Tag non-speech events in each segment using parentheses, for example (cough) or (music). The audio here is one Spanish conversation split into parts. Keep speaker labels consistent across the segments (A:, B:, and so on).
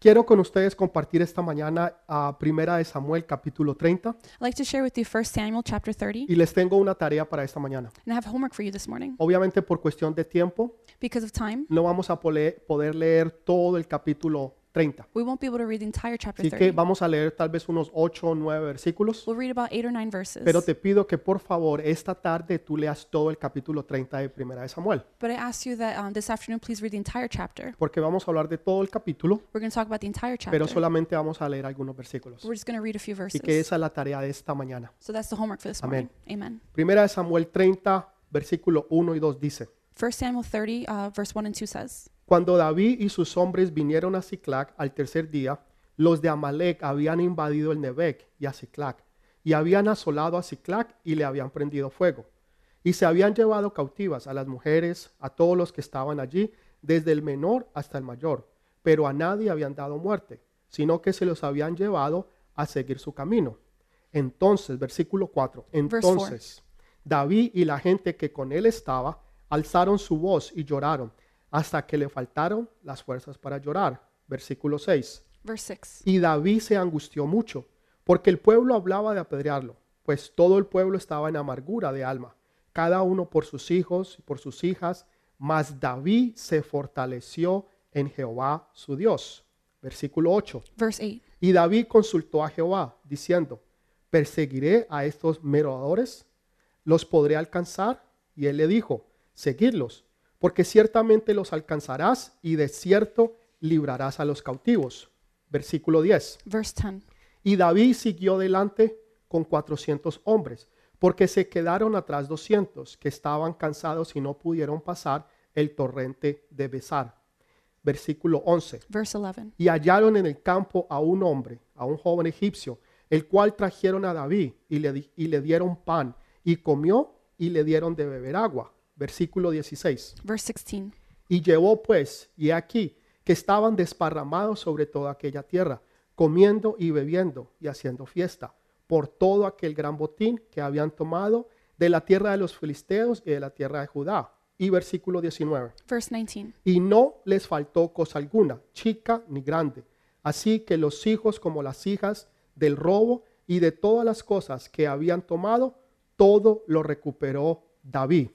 A: Quiero con ustedes compartir esta mañana a Primera de Samuel capítulo 30
B: I'd like to share with you 1 Samuel chapter 30,
A: y les tengo una tarea para esta mañana.
B: and I have homework for you this morning.
A: Obviamente por cuestión de tiempo
B: Because of time,
A: no vamos a pole- poder leer todo el capítulo 30.
B: we won't be able to read the entire chapter
A: Así que
B: 30.
A: vamos a leer tal vez unos 8 o 9 versículos.
B: We'll read about eight or nine verses.
A: Pero te pido que por favor esta tarde tú leas todo el capítulo 30 de Primera de Samuel.
B: But I ask you that um, this afternoon, please read the entire chapter.
A: Porque vamos a hablar de todo el capítulo,
B: We're going to talk about the entire chapter.
A: pero solamente vamos a leer algunos versículos.
B: We're just going to read a few
A: Así que
B: verses.
A: esa es la tarea de esta mañana.
B: So that's the homework for this
A: Amén.
B: morning. Amen.
A: Primera de Samuel 30, versículo 1 y 2 dice.
B: 1 Samuel 30, uh, verse 1 and 2 says,
A: Cuando David y sus hombres vinieron a Ciclac al tercer día, los de Amalek habían invadido el Nebec y a Ciclac, y habían asolado a Ciclac y le habían prendido fuego. Y se habían llevado cautivas a las mujeres, a todos los que estaban allí, desde el menor hasta el mayor, pero a nadie habían dado muerte, sino que se los habían llevado a seguir su camino. Entonces, versículo 4,
B: Verse four.
A: entonces David y la gente que con él estaba alzaron su voz y lloraron hasta que le faltaron las fuerzas para llorar. Versículo 6.
B: verse 6.
A: Y David se angustió mucho, porque el pueblo hablaba de apedrearlo, pues todo el pueblo estaba en amargura de alma, cada uno por sus hijos y por sus hijas, mas David se fortaleció en Jehová su Dios. Versículo 8.
B: Verse 8.
A: Y David consultó a Jehová, diciendo, ¿perseguiré a estos merodeadores? ¿Los podré alcanzar? Y él le dijo, seguidlos, porque ciertamente los alcanzarás y de cierto librarás a los cautivos. Versículo 10.
B: Verse 10.
A: Y David siguió delante con cuatrocientos hombres, porque se quedaron atrás doscientos, que estaban cansados y no pudieron pasar el torrente de Besar. Versículo 11
B: Verse 11.
A: y hallaron en el campo a un hombre, a un joven egipcio, el cual trajeron a David y le, di- y le dieron pan, y comió y le dieron de beber agua. Versículo 16.
B: Verse 16.
A: Y llevó pues, y he aquí, que estaban desparramados sobre toda aquella tierra, comiendo y bebiendo y haciendo fiesta, por todo aquel gran botín que habían tomado de la tierra de los filisteos y de la tierra de Judá. Y versículo 19
B: Verse 19.
A: y no les faltó cosa alguna, chica ni grande. Así que los hijos como las hijas del robo y de todas las cosas que habían tomado, todo lo recuperó David.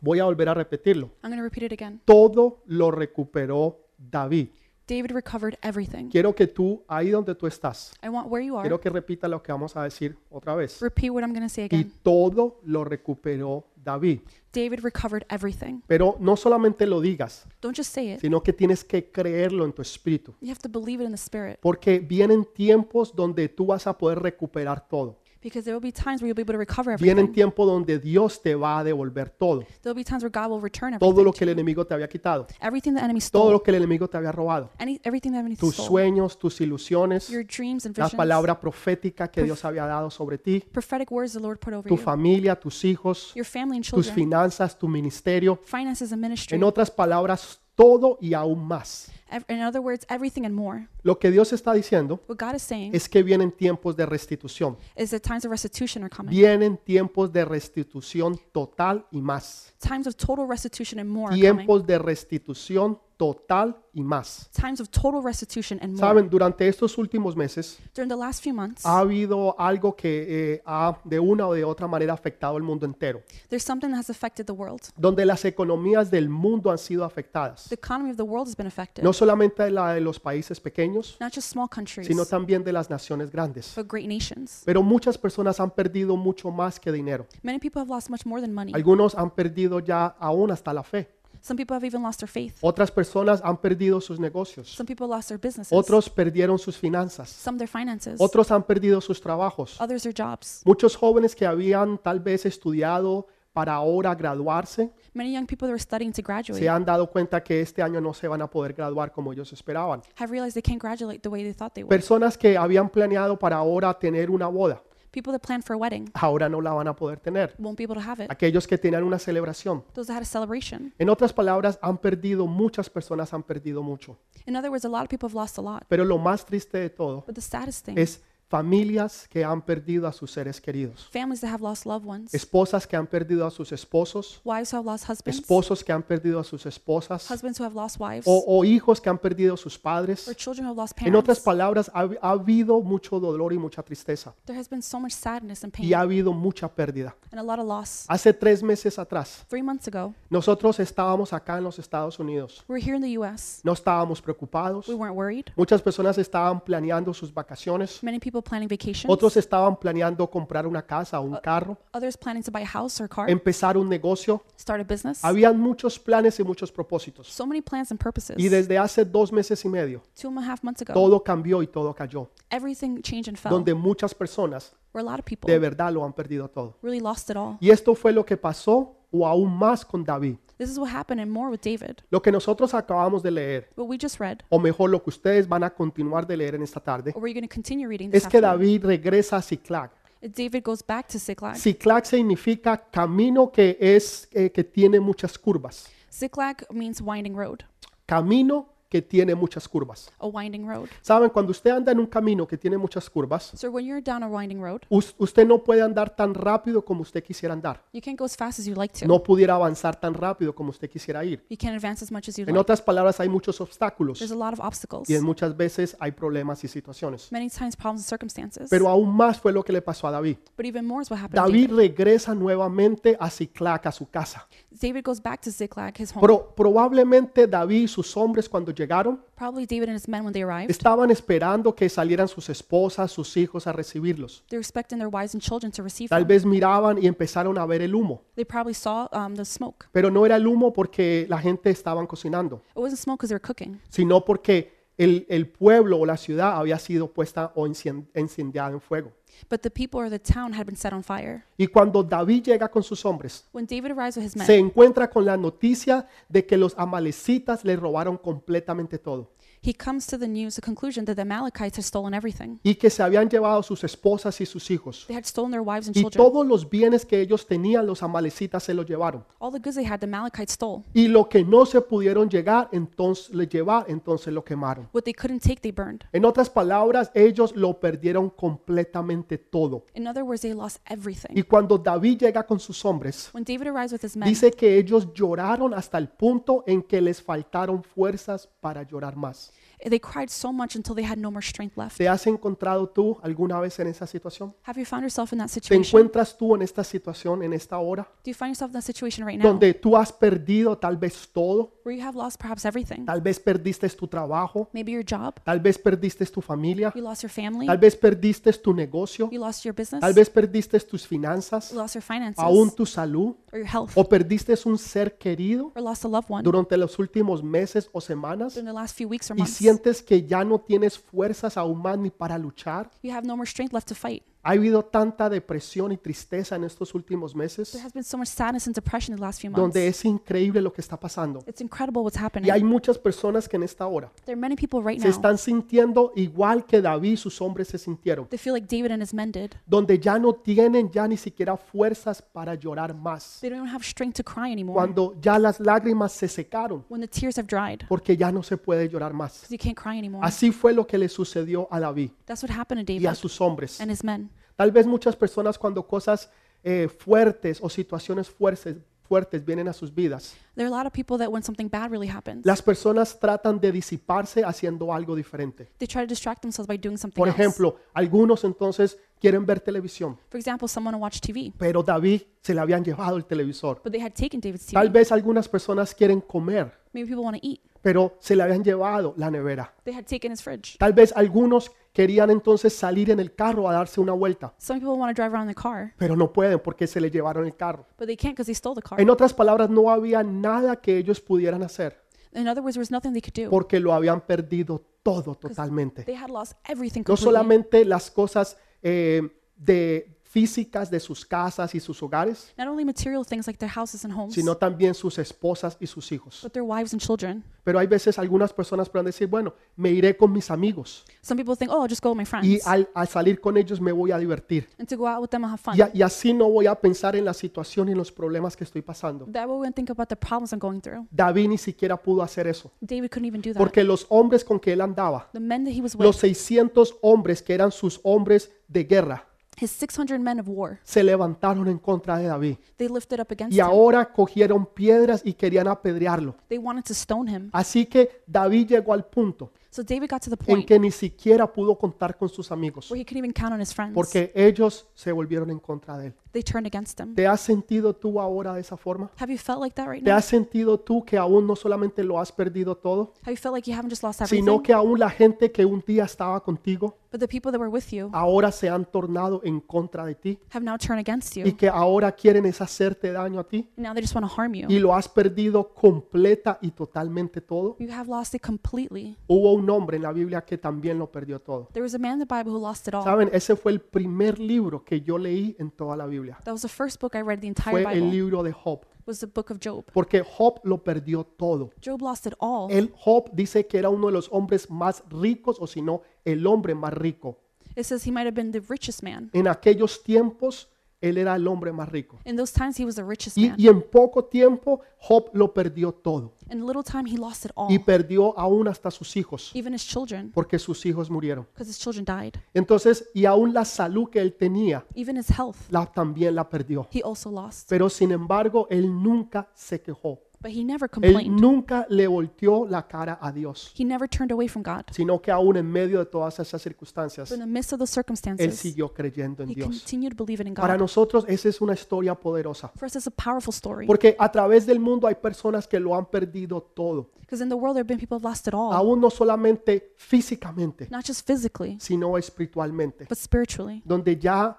A: Voy a volver a repetirlo.
B: I'm going to repeat it again.
A: Todo lo recuperó David.
B: David recovered everything.
A: Quiero que tú, ahí donde tú estás,
B: I want where you are.
A: quiero que repita lo que vamos a decir otra vez.
B: Repeat what I'm going to say
A: Y
B: again.
A: todo lo recuperó David.
B: David recovered everything.
A: Pero no solamente lo digas,
B: Don't just say it.
A: sino que tienes que creerlo en tu espíritu.
B: You have to believe it in the spirit
A: Porque vienen tiempos donde tú vas a poder recuperar todo.
B: because there will be times where you'll be able to recover
A: Vienen
B: everything.
A: tiempos donde Dios te va a devolver todo.
B: There'll be times where God will return
A: Todo
B: everything.
A: lo que el enemigo te había quitado.
B: Everything the enemy
A: Todo
B: stole.
A: lo que el enemigo te había robado.
B: Any, everything the enemy
A: Tus
B: stole.
A: sueños, tus ilusiones,
B: Your dreams and
A: la
B: visions.
A: palabra profética que Dios había dado sobre ti,
B: Prophetic words the Lord put over
A: tu
B: you.
A: familia, tus hijos,
B: Your family and
A: tus
B: children.
A: finanzas, tu ministerio.
B: Finances and ministry.
A: En otras palabras, todo y aún más.
B: Ev- In other words, everything and more.
A: Lo que Dios está diciendo
B: What God is saying
A: es que vienen tiempos de restitución.
B: is that times of restitution are coming.
A: Vienen tiempos de restitución total y más.
B: Times of total restitution and more are coming.
A: tiempos de restitución total y más.
B: Times of total restitution and more.
A: Saben, Ah. durante estos últimos meses
B: During the last few months,
A: ha habido algo que eh, ha de una o de otra manera afectado al mundo entero,
B: there's something that has affected the world.
A: donde las economías del mundo han sido afectadas,
B: The economy of the world has been affected.
A: no solamente la de los países pequeños,
B: Not just small countries,
A: sino también de las naciones grandes.
B: but great nations.
A: Pero muchas personas han perdido mucho más que dinero.
B: Many people have lost much more than money.
A: Algunos han perdido ya aún hasta la fe.
B: Some people have even lost their faith.
A: Otras personas han perdido sus negocios.
B: Some people lost their businesses.
A: Otros perdieron sus finanzas.
B: Some their finances.
A: Otros han perdido sus trabajos.
B: Others their jobs.
A: Muchos jóvenes que habían tal vez estudiado para ahora graduarse
B: Many young people that were studying to graduate
A: se han dado cuenta que este año no se van a poder graduar como ellos esperaban.
B: have realized they can't graduate the way they thought they would.
A: Personas que habían planeado para ahora tener una boda,
B: People that planned for a wedding
A: ahora no la van a poder tener.
B: won't be able to have it.
A: Aquellos que tenían una celebración.
B: Those that had a celebration.
A: En otras palabras, han perdido, muchas personas han perdido mucho.
B: In other words, a lot of people have lost a lot.
A: Pero lo más triste de todo
B: But the saddest thing
A: es familias que han perdido a sus seres queridos,
B: families that have lost loved ones,
A: esposas que han perdido a sus esposos,
B: wives who have lost husbands,
A: esposos que han perdido a sus esposas,
B: husbands who have lost wives,
A: o, o hijos que han perdido a sus
B: or
A: padres.
B: children who have lost
A: En otras
B: parents.
A: palabras, ha, ha habido mucho dolor y mucha tristeza
B: There has been so much sadness and pain
A: y ha habido mucha pérdida.
B: and a lot of loss.
A: Hace tres meses atrás,
B: Three months ago,
A: nosotros estábamos acá en los Estados Unidos.
B: we were here in the U.S.
A: No estábamos preocupados.
B: We weren't worried.
A: Muchas personas estaban planeando sus vacaciones.
B: Many people planning vacations.
A: Otros estaban planeando comprar una casa o
B: Uh,
A: un carro,
B: Others planning to buy a house or car,
A: empezar un negocio.
B: start a business.
A: Habían muchos planes y muchos propósitos.
B: So many plans and purposes.
A: Y desde hace dos meses y medio,
B: Two and a half months ago,
A: todo cambió y todo cayó.
B: everything changed and fell.
A: Donde muchas personas
B: where a lot of people
A: de verdad lo han perdido todo.
B: really lost it all.
A: Y esto fue lo que pasó o aún más con David.
B: This is what happened and more with David.
A: Lo que nosotros acabamos de leer,
B: What we just read,
A: o mejor lo que ustedes van a continuar de leer en esta tarde,
B: or we're going to continue reading this
A: es que
B: afternoon.
A: David regresa a Ciclag.
B: David goes back to Ziklag.
A: Ciclag significa camino que es eh, que tiene muchas curvas.
B: Ziklag means winding road,
A: Camino que tiene muchas curvas.
B: a winding road.
A: Saben, cuando usted anda en un camino que tiene muchas curvas,
B: So when you're down a winding road,
A: us- usted no puede andar tan rápido como usted quisiera andar.
B: you can't go as fast as you like to.
A: No pudiera avanzar tan rápido como usted quisiera ir.
B: You can't advance as much as you
A: En
B: like.
A: otras palabras, hay muchos
B: There's
A: obstáculos
B: a lot of obstacles.
A: y en muchas veces hay problemas y situaciones.
B: Many times problems and circumstances.
A: Pero aún más fue lo que le pasó a David.
B: but even more is what happened. to
A: David regresa nuevamente a Ciclac, a su casa.
B: David. David goes back to Ziklag, his home.
A: Pro- probablemente David y sus hombres cuando llegaron
B: Probably David and his men when they arrived.
A: estaban esperando que salieran sus esposas, sus hijos a recibirlos.
B: They're expecting their wives and children to receive
A: Tal
B: them.
A: vez miraban y empezaron a ver el humo,
B: They probably saw um, the smoke.
A: pero no era el humo porque la gente estaban cocinando,
B: It wasn't smoke because they were cooking.
A: sino porque el, el pueblo o la ciudad había sido puesta o encien- incendiada en fuego.
B: But the people or the town had been set on fire.
A: Y cuando David llega con sus hombres,
B: When David arrives with his men,
A: se encuentra con la noticia de que los amalecitas le robaron completamente todo
B: he comes to the news, the conclusion that the Amalekites had stolen everything.
A: y que se habían llevado sus esposas y sus hijos.
B: They had stolen their wives and
A: Y
B: children.
A: todos los bienes que ellos tenían, los amalecitas se los llevaron.
B: All the goods they had, the Amalekites stole.
A: Y lo que no se pudieron llegar, entonces le llevar, entonces lo quemaron.
B: What they couldn't take, they burned.
A: En otras palabras, ellos lo perdieron completamente todo.
B: In other words, they lost everything.
A: Y cuando David llega con sus hombres,
B: When David arrives with his men,
A: dice que ellos lloraron hasta el punto en que les faltaron fuerzas para llorar más.
B: they cried so much until they had no more strength left.
A: ¿Te has encontrado tú alguna vez en esa situación?
B: Have you found yourself in that
A: ¿Te
B: situation?
A: encuentras tú en esta situación, en esta hora,
B: Do you find yourself in that situation right now
A: donde tú has perdido tal vez todo?
B: where you have lost perhaps everything?
A: Tal vez perdiste tu trabajo,
B: Maybe your job,
A: tal vez perdiste tu familia,
B: you lost your family,
A: tal vez perdiste tu negocio,
B: you lost your business,
A: Tal vez perdiste tus finanzas,
B: you lost your finances,
A: aún tu salud,
B: or your health,
A: o perdiste un ser querido
B: or lost a loved one
A: durante los últimos meses o semanas
B: during the last few weeks or
A: y
B: months.
A: sientes que ya no tienes fuerzas aún más ni para luchar.
B: You have no more strength left to fight.
A: Ha habido tanta depresión y tristeza en estos últimos
B: There
A: meses
B: has been so much sadness and depression in the last few months.
A: donde es increíble lo que está pasando.
B: It's incredible what's
A: Y
B: happening.
A: hay muchas personas que en esta hora
B: There are many people right
A: se
B: now
A: están sintiendo igual que David y sus hombres se sintieron,
B: that feel like David and his men did.
A: donde ya no tienen ya ni siquiera fuerzas para llorar más,
B: They don't have strength to cry anymore
A: cuando ya las lágrimas se secaron.
B: when the tears have dried
A: porque ya no se puede llorar más.
B: because you can't cry anymore.
A: Así fue lo que le sucedió a David
B: That's what happened to
A: y a
B: David
A: sus hombres.
B: and his men.
A: Tal vez muchas personas cuando cosas eh, fuertes o situaciones fuertes, fuertes vienen a sus vidas,
B: There are a lot of people that when something bad really happens,
A: las personas tratan de disiparse haciendo algo diferente.
B: they try to distract themselves by doing something
A: Por
B: else.
A: ejemplo, algunos entonces quieren ver televisión,
B: For example, someone to watch TV,
A: pero David se le habían llevado el televisor.
B: but they had taken David's TV.
A: Tal vez algunas personas quieren comer,
B: Maybe people want to eat.
A: pero se le habían llevado la nevera.
B: They had taken his fridge.
A: Tal vez algunos querían entonces salir en el carro a darse una vuelta.
B: Some people want to drive around in the car,
A: pero no pueden porque se les llevaron el carro.
B: but they can't because they stole the car.
A: En otras palabras, no había nada que ellos pudieran hacer
B: In other words, there was nothing they could do.
A: porque lo habían perdido todo totalmente.
B: They had lost everything
A: No
B: completely.
A: solamente las cosas eh, de físicas de sus casas y sus hogares,
B: Not only material things like their houses and homes,
A: sino también sus esposas y sus hijos.
B: but their wives and children.
A: Pero hay veces algunas personas pueden decir, bueno, me iré con mis amigos
B: Some people think, oh, I'll just go with my friends.
A: y al, al salir con ellos me voy a divertir.
B: and to go out with them and have fun.
A: Y, a- y así no voy a pensar en la situación y en los problemas que estoy pasando.
B: That way we wouldn't think about the problems I'm going through.
A: David ni siquiera pudo hacer eso,
B: David couldn't even do that.
A: porque los hombres con que él andaba,
B: the men that he was with,
A: los 600 hombres que eran sus hombres de guerra,
B: his 600 men of war,
A: se levantaron en contra de David.
B: they lifted up against
A: Y
B: him.
A: ahora cogieron piedras y querían apedrearlo.
B: They wanted to stone him.
A: Así que David llegó al punto
B: So David got to the
A: Ah, en
B: point
A: que ni siquiera pudo contar con sus amigos,
B: where he couldn't even count on his friends.
A: porque ellos se volvieron en contra de él.
B: they turned against him.
A: ¿Te has sentido tú ahora de esa forma?
B: Have you felt like that right
A: ¿Te
B: now?
A: has sentido tú que aún no solamente lo has perdido todo,
B: Have you felt like you haven't just lost everything?
A: sino que aún la gente que un día estaba contigo
B: but the people that were with you
A: ahora se han tornado en contra de ti
B: have now turned against you.
A: y que ahora quieren es hacerte daño a ti
B: and now they just want to harm you.
A: y lo has perdido completa y totalmente todo?
B: you have lost it completely.
A: Hubo un hombre en la Biblia que también lo perdió todo.
B: There was a man in the Bible who lost it all.
A: Saben, ese fue el primer libro que yo leí en toda la Biblia.
B: That was the first book I read the entire
A: Fue el
B: Bible.
A: libro de Job,
B: was the book of Job.
A: porque Job lo perdió todo.
B: Job lost it all.
A: El Job dice que era uno de los hombres más ricos, o si no, el hombre más rico.
B: It says he might have been the richest man.
A: En aquellos tiempos, él era el hombre más rico.
B: In those times, he was the richest
A: Y,
B: man.
A: y en poco tiempo, Job lo perdió todo.
B: In little time, he lost it all,
A: Y perdió aún hasta sus hijos,
B: even his children,
A: porque sus hijos murieron.
B: because his children died.
A: Entonces, y aún la salud que él tenía,
B: Even his health,
A: la, también la perdió.
B: he also lost.
A: Pero sin embargo, él nunca se quejó.
B: But he never
A: Él
B: complained.
A: nunca le volteó la cara a Dios,
B: He never turned away from God.
A: sino que aún en medio de todas esas circunstancias,
B: But in the midst of those
A: él
B: circumstances,
A: siguió creyendo en
B: he
A: Dios.
B: continued believing in
A: Para
B: God.
A: nosotros esa es una historia poderosa,
B: For us, it's a powerful story.
A: porque a través del mundo hay personas que lo han perdido todo,
B: Because in the world, there have been people who have lost it all,
A: aún no solamente físicamente,
B: not just physically,
A: sino espiritualmente,
B: but spiritually,
A: donde ya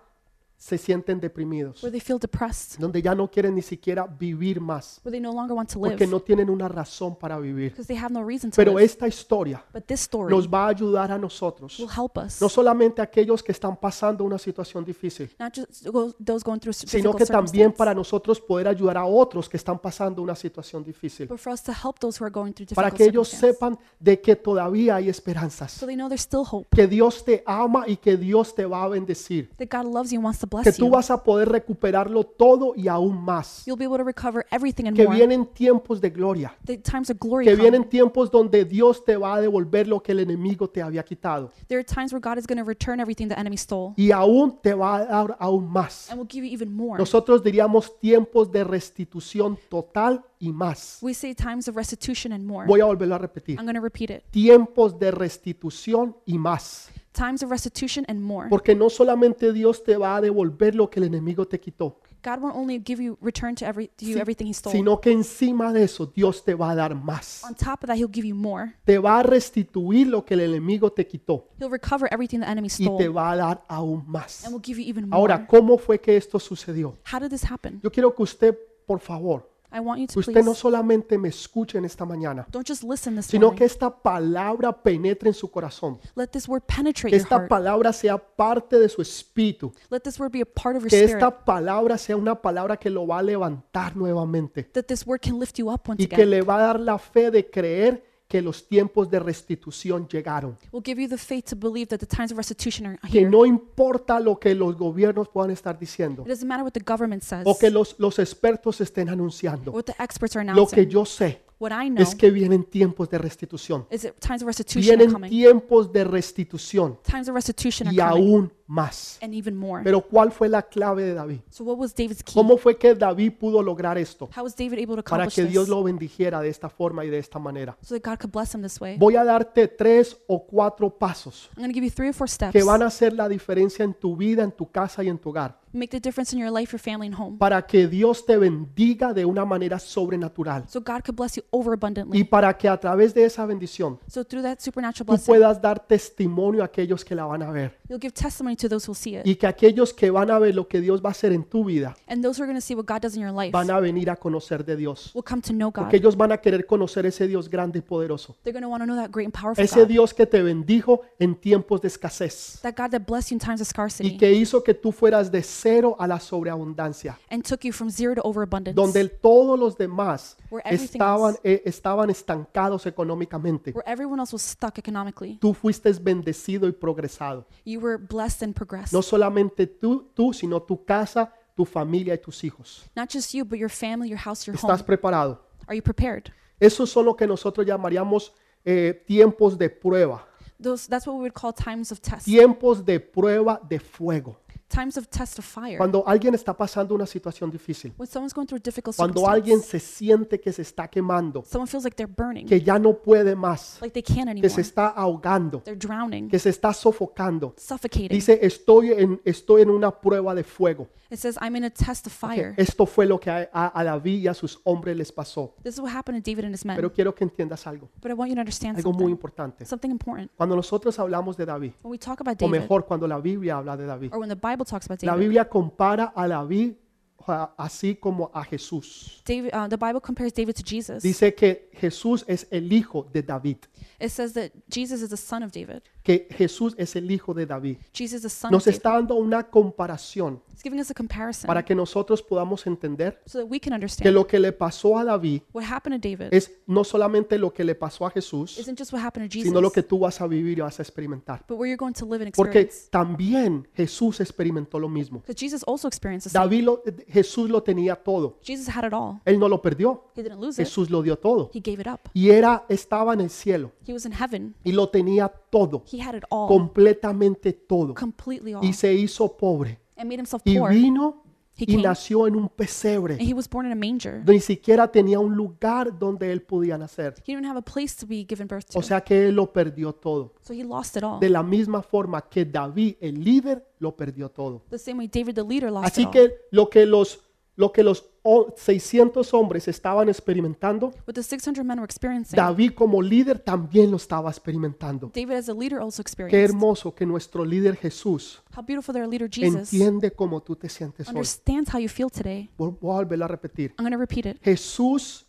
A: se sienten deprimidos,
B: where they feel depressed,
A: donde ya no quieren ni siquiera vivir más,
B: where they no longer want to live,
A: porque no tienen una razón para vivir.
B: because they have no reason to
A: Pero
B: live.
A: esta historia
B: But this story
A: nos va a ayudar a nosotros
B: will help us.
A: no solamente aquellos que están pasando una situación difícil,
B: not just go- those going through
A: sino
B: difficult
A: que también
B: circumstances,
A: para nosotros poder ayudar a otros que están pasando una situación difícil,
B: but for us to help those who are going through
A: para
B: difficult
A: que ellos
B: circumstances,
A: sepan de que todavía hay esperanzas,
B: so they know there's still hope,
A: que Dios te ama y que Dios te va a bendecir,
B: that God loves you and wants to
A: que
B: bless
A: tú
B: you.
A: vas a poder recuperarlo todo y aún más,
B: You'll be able to recover everything and
A: que
B: more.
A: vienen tiempos de gloria,
B: The times of glory
A: que
B: come.
A: vienen tiempos donde Dios te va a devolver lo que el enemigo te había quitado
B: There are times where God is going to return everything the enemy stole
A: y aún te va a dar aún más.
B: and will give you even more.
A: Nosotros diríamos tiempos de restitución total y más.
B: We say times of restitution and more.
A: Voy a volverlo a repetir.
B: I'm going to repeat it.
A: Tiempos de restitución y más.
B: Times of restitution and more.
A: Porque no solamente Dios te va a devolver lo que el enemigo te quitó,
B: God won't only give you return to every to you
A: si-
B: everything he stole.
A: sino que encima de eso Dios te va a dar más.
B: On top of that, he'll give you more.
A: Te va a restituir lo que el enemigo te quitó
B: He'll recover everything the enemy
A: y
B: stole
A: te va a dar aún más.
B: and will give you even more.
A: Ahora, ¿cómo fue que esto sucedió?
B: How did this happen?
A: Yo quiero que usted, por favor,
B: I want you to
A: usted
B: please
A: no solamente me escuche en esta mañana,
B: Don't just listen this
A: sino
B: morning.
A: que esta palabra penetre en su corazón,
B: Let this word penetrate
A: que
B: your
A: esta
B: heart.
A: palabra sea parte de su espíritu,
B: Let this word be a part of your
A: que
B: spirit.
A: esta palabra sea una palabra que lo va a levantar nuevamente
B: That this word can lift you up once
A: y que
B: again.
A: le va a dar la fe de creer que los tiempos de restitución llegaron.
B: Will give you the faith to believe that the times of restitution are
A: Que
B: here.
A: no importa lo que los gobiernos puedan estar diciendo
B: It doesn't matter what the government says
A: o que
B: or
A: los, los expertos estén anunciando.
B: what the experts are
A: Lo que
B: announcing.
A: yo sé
B: What I know
A: es que vienen tiempos de restitución.
B: is that times of restitution are
A: Vienen
B: coming.
A: tiempos de restitución
B: Times of restitution are
A: y
B: coming
A: aún más.
B: and even more.
A: Pero ¿cuál fue la clave de David?
B: So what was David's key?
A: ¿Cómo fue que David pudo lograr esto?
B: How was David able to
A: Para
B: accomplish
A: que Dios
B: this?
A: lo bendijera de esta forma y de esta manera.
B: So that God could bless him this way.
A: voy a darte tres o cuatro pasos
B: I'm going to give you three or four steps.
A: que van a hacer la diferencia en tu vida, en tu casa y en tu hogar,
B: Make the difference in your life, your family, and home.
A: para que Dios te bendiga de una manera sobrenatural
B: So God could bless you overabundantly.
A: y para que a través de esa bendición
B: So through that supernatural
A: tú
B: blessing,
A: puedas dar testimonio a aquellos que la van a ver
B: You'll give testimony to those who'll see it.
A: y que aquellos que van a ver lo que Dios va a hacer en tu vida
B: And those who are going to see what God does in your life
A: van a venir a conocer de Dios,
B: will come to know
A: porque
B: God.
A: ellos van a querer conocer ese Dios grande y poderoso,
B: They're going to want to know that great and powerful
A: ese
B: God.
A: Dios que te bendijo en tiempos de escasez
B: That God that blessed you in times of
A: y
B: scarcity
A: que hizo que tú fueras de cero a la sobreabundancia,
B: and took you from zero to overabundance,
A: donde todos los demás
B: Where everything
A: estaban,
B: else-
A: eh, estaban estancados económicamente.
B: where everyone else was stuck economically.
A: Tú fuiste bendecido y progresado.
B: You were blessed and progressed.
A: No solamente tú, tú, sino tu casa, tu familia y tus hijos.
B: Not just you, but your family, your house, your home.
A: ¿Estás preparado?
B: Are you prepared?
A: Esos son lo que nosotros llamaríamos eh, tiempos de prueba,
B: Those, that's what we would call times of test.
A: tiempos de prueba de fuego.
B: Times of test of fire.
A: Cuando alguien está pasando una situación difícil,
B: When someone's going through a difficult
A: cuando alguien
B: circumstance,
A: se siente que se está quemando,
B: someone feels like they're burning,
A: que ya no puede más,
B: like they can't
A: que
B: anymore.
A: se está ahogando,
B: They're drowning,
A: que se está sofocando.
B: suffocating.
A: Dice, estoy en, estoy en una prueba de fuego.
B: It says, I'm in a test of fire.
A: Esto fue lo que a, a- a David y a sus hombres les pasó.
B: This is what happened to David and his men.
A: Pero quiero que entiendas algo,
B: But I want you to understand
A: algo muy
B: something.
A: importante.
B: Something important.
A: Cuando nosotros hablamos de David,
B: When we talk about
A: o
B: David,
A: mejor, cuando la Biblia habla de David,
B: or when the Bible talks about
A: La
B: David,
A: Biblia compara a David a- así como a Jesús.
B: David uh, the Bible compares David to Jesus.
A: Dice que Jesús es el hijo de David,
B: It says that Jesus is the son of David.
A: que Jesús es el hijo de David.
B: Jesus is the son of
A: Nos
B: David.
A: está dando una comparación
B: It's giving us a comparison
A: para que nosotros podamos entender
B: so that we can
A: que
B: understand
A: lo que le pasó a David
B: what happened to David
A: es no solamente lo que le pasó a Jesús,
B: isn't just what happened to Jesus,
A: sino lo que tú vas a vivir y vas a experimentar.
B: but where you're going to live and
A: Porque
B: experience.
A: también Jesús experimentó lo mismo.
B: Because Jesus also experienced this.
A: David lo- Jesús lo tenía todo.
B: Jesus had it all.
A: Él no lo perdió.
B: He didn't lose it.
A: Jesús lo dio todo.
B: He gave it up.
A: Y era estaba en el cielo.
B: He was in heaven.
A: y lo tenía todo,
B: He had it all,
A: completamente todo,
B: completely all,
A: y se hizo pobre
B: and made himself
A: y
B: poor. And
A: vino
B: He
A: y
B: came.
A: nació en un pesebre.
B: he was born in a manger.
A: Ni siquiera tenía un lugar donde él podía nacer.
B: He didn't have a place to be given birth
A: O
B: to.
A: sea que él lo perdió todo.
B: So he lost it all.
A: De la misma forma que David, el líder, lo perdió todo.
B: The same way David the leader lost it
A: Así
B: all.
A: que lo que los lo que los o- 600 hombres estaban experimentando,
B: What the 600 men were experiencing,
A: David como líder también lo estaba experimentando.
B: David as a leader also
A: Qué
B: experienced.
A: hermoso que nuestro líder Jesús
B: How beautiful their leader Jesus
A: entiende cómo tú te sientes hoy.
B: understands how you feel today.
A: Vol- Voy a volverlo a repetir.
B: I'm going to repeat it.
A: Jesús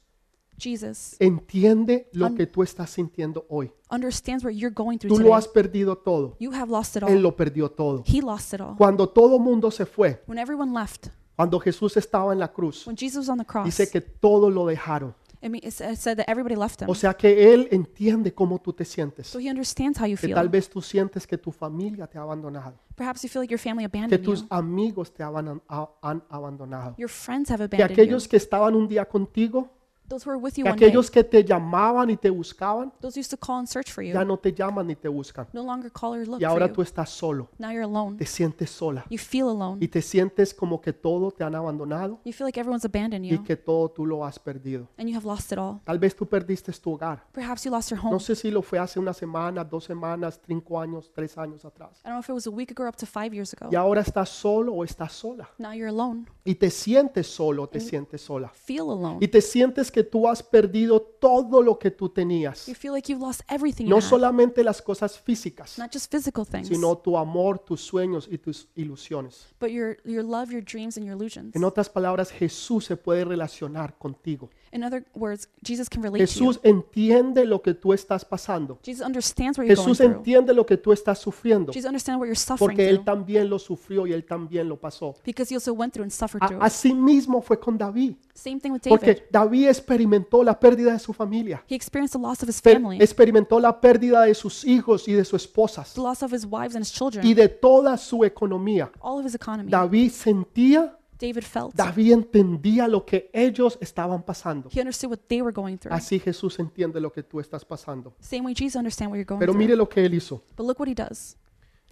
B: Jesus
A: entiende lo
B: Un-
A: que tú estás sintiendo hoy.
B: understands what you're going through
A: Tú lo
B: today.
A: has perdido todo.
B: You have lost it
A: Él
B: all.
A: lo perdió todo.
B: He lost it all.
A: Cuando todo mundo se fue,
B: When everyone left,
A: cuando Jesús estaba en la cruz,
B: when Jesus was on the cross,
A: dice que todo lo dejaron.
B: it me- it sa- it said that everybody left him.
A: O sea que Él entiende cómo tú te sientes.
B: So he understands how you
A: Que tal
B: feel.
A: vez tú sientes que tu familia te ha abandonado,
B: Perhaps you feel like your family
A: que
B: abandoned
A: tus
B: you.
A: amigos te aban- a- han abandonado,
B: Your friends have
A: que
B: abandoned you.
A: aquellos que estaban un día contigo,
B: Those who were with you
A: que
B: one day,
A: aquellos que te llamaban y te buscaban,
B: those who used to call and search for
A: ya
B: you,
A: no te llaman ni te buscan.
B: no longer call or look
A: Y
B: for
A: ahora tú
B: you.
A: estás solo,
B: Now you're alone.
A: te sientes sola.
B: You feel alone.
A: y te sientes como que todo te han abandonado
B: You feel like everyone's abandoned
A: y
B: you
A: que todo tú lo has perdido.
B: and you have lost it all.
A: Tal vez tú perdiste tu hogar.
B: Perhaps you lost your
A: No
B: home.
A: sé si lo fue hace una semana, dos semanas, cinco años, tres años atrás.
B: I don't know if it was a week ago or up to five years ago.
A: Y ahora estás solo o estás sola.
B: Now you're alone.
A: Y te sientes solo o te sientes sola.
B: Feel alone.
A: Y te sientes que tú has perdido todo lo que tú tenías.
B: You feel like you've lost everything you
A: No
B: had.
A: solamente las cosas físicas,
B: Not just physical things,
A: sino tu amor, tus sueños y tus ilusiones.
B: but your, your love, your dreams, and your illusions.
A: En otras palabras, Jesús se puede relacionar contigo.
B: In other words, Jesus can relate to you.
A: Jesús entiende lo que tú estás pasando.
B: Jesus understands what you're going
A: Jesús
B: through.
A: entiende lo que tú estás sufriendo,
B: Jesus understands what you're suffering
A: porque él
B: through
A: también lo sufrió y él también lo pasó.
B: because he also went through and suffered through.
A: A- Así mismo fue con David,
B: Same thing with David.
A: porque David experimentó la pérdida de su familia,
B: He experienced the loss of his
A: per-
B: family,
A: experimentó la pérdida de sus hijos y de sus esposas
B: the loss of his wives and his
A: y
B: children,
A: de toda su economía.
B: all of his economy.
A: David sentía,
B: David felt.
A: David entendía lo que ellos estaban pasando.
B: He understood what they were going through.
A: Así Jesús entiende lo que tú estás pasando.
B: Same way Jesus understands what you're going
A: Pero mire
B: through.
A: lo que él hizo.
B: But look what he does.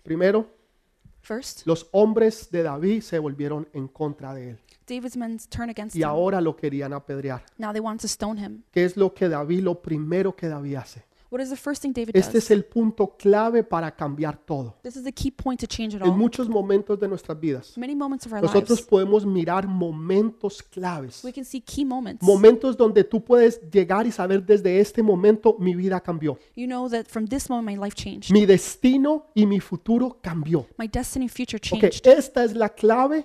A: Primero,
B: First,
A: los hombres de David se volvieron en contra de él.
B: David's men turn against
A: y
B: him.
A: ahora lo querían apedrear.
B: Now they want to stone him.
A: ¿Qué es lo que David, lo primero que David hace?
B: What is the first thing David
A: Este
B: does?
A: es el punto clave para cambiar todo.
B: This is the key point to change it
A: En
B: all.
A: muchos momentos de nuestras vidas,
B: Many moments of our
A: nosotros
B: lives,
A: podemos mirar momentos claves.
B: we can see key moments.
A: Momentos donde tú puedes llegar y saber desde este momento mi vida cambió.
B: You know that from this moment my life changed.
A: Mi destino y mi futuro cambió.
B: My destiny and future
A: Porque
B: changed.
A: esta es la clave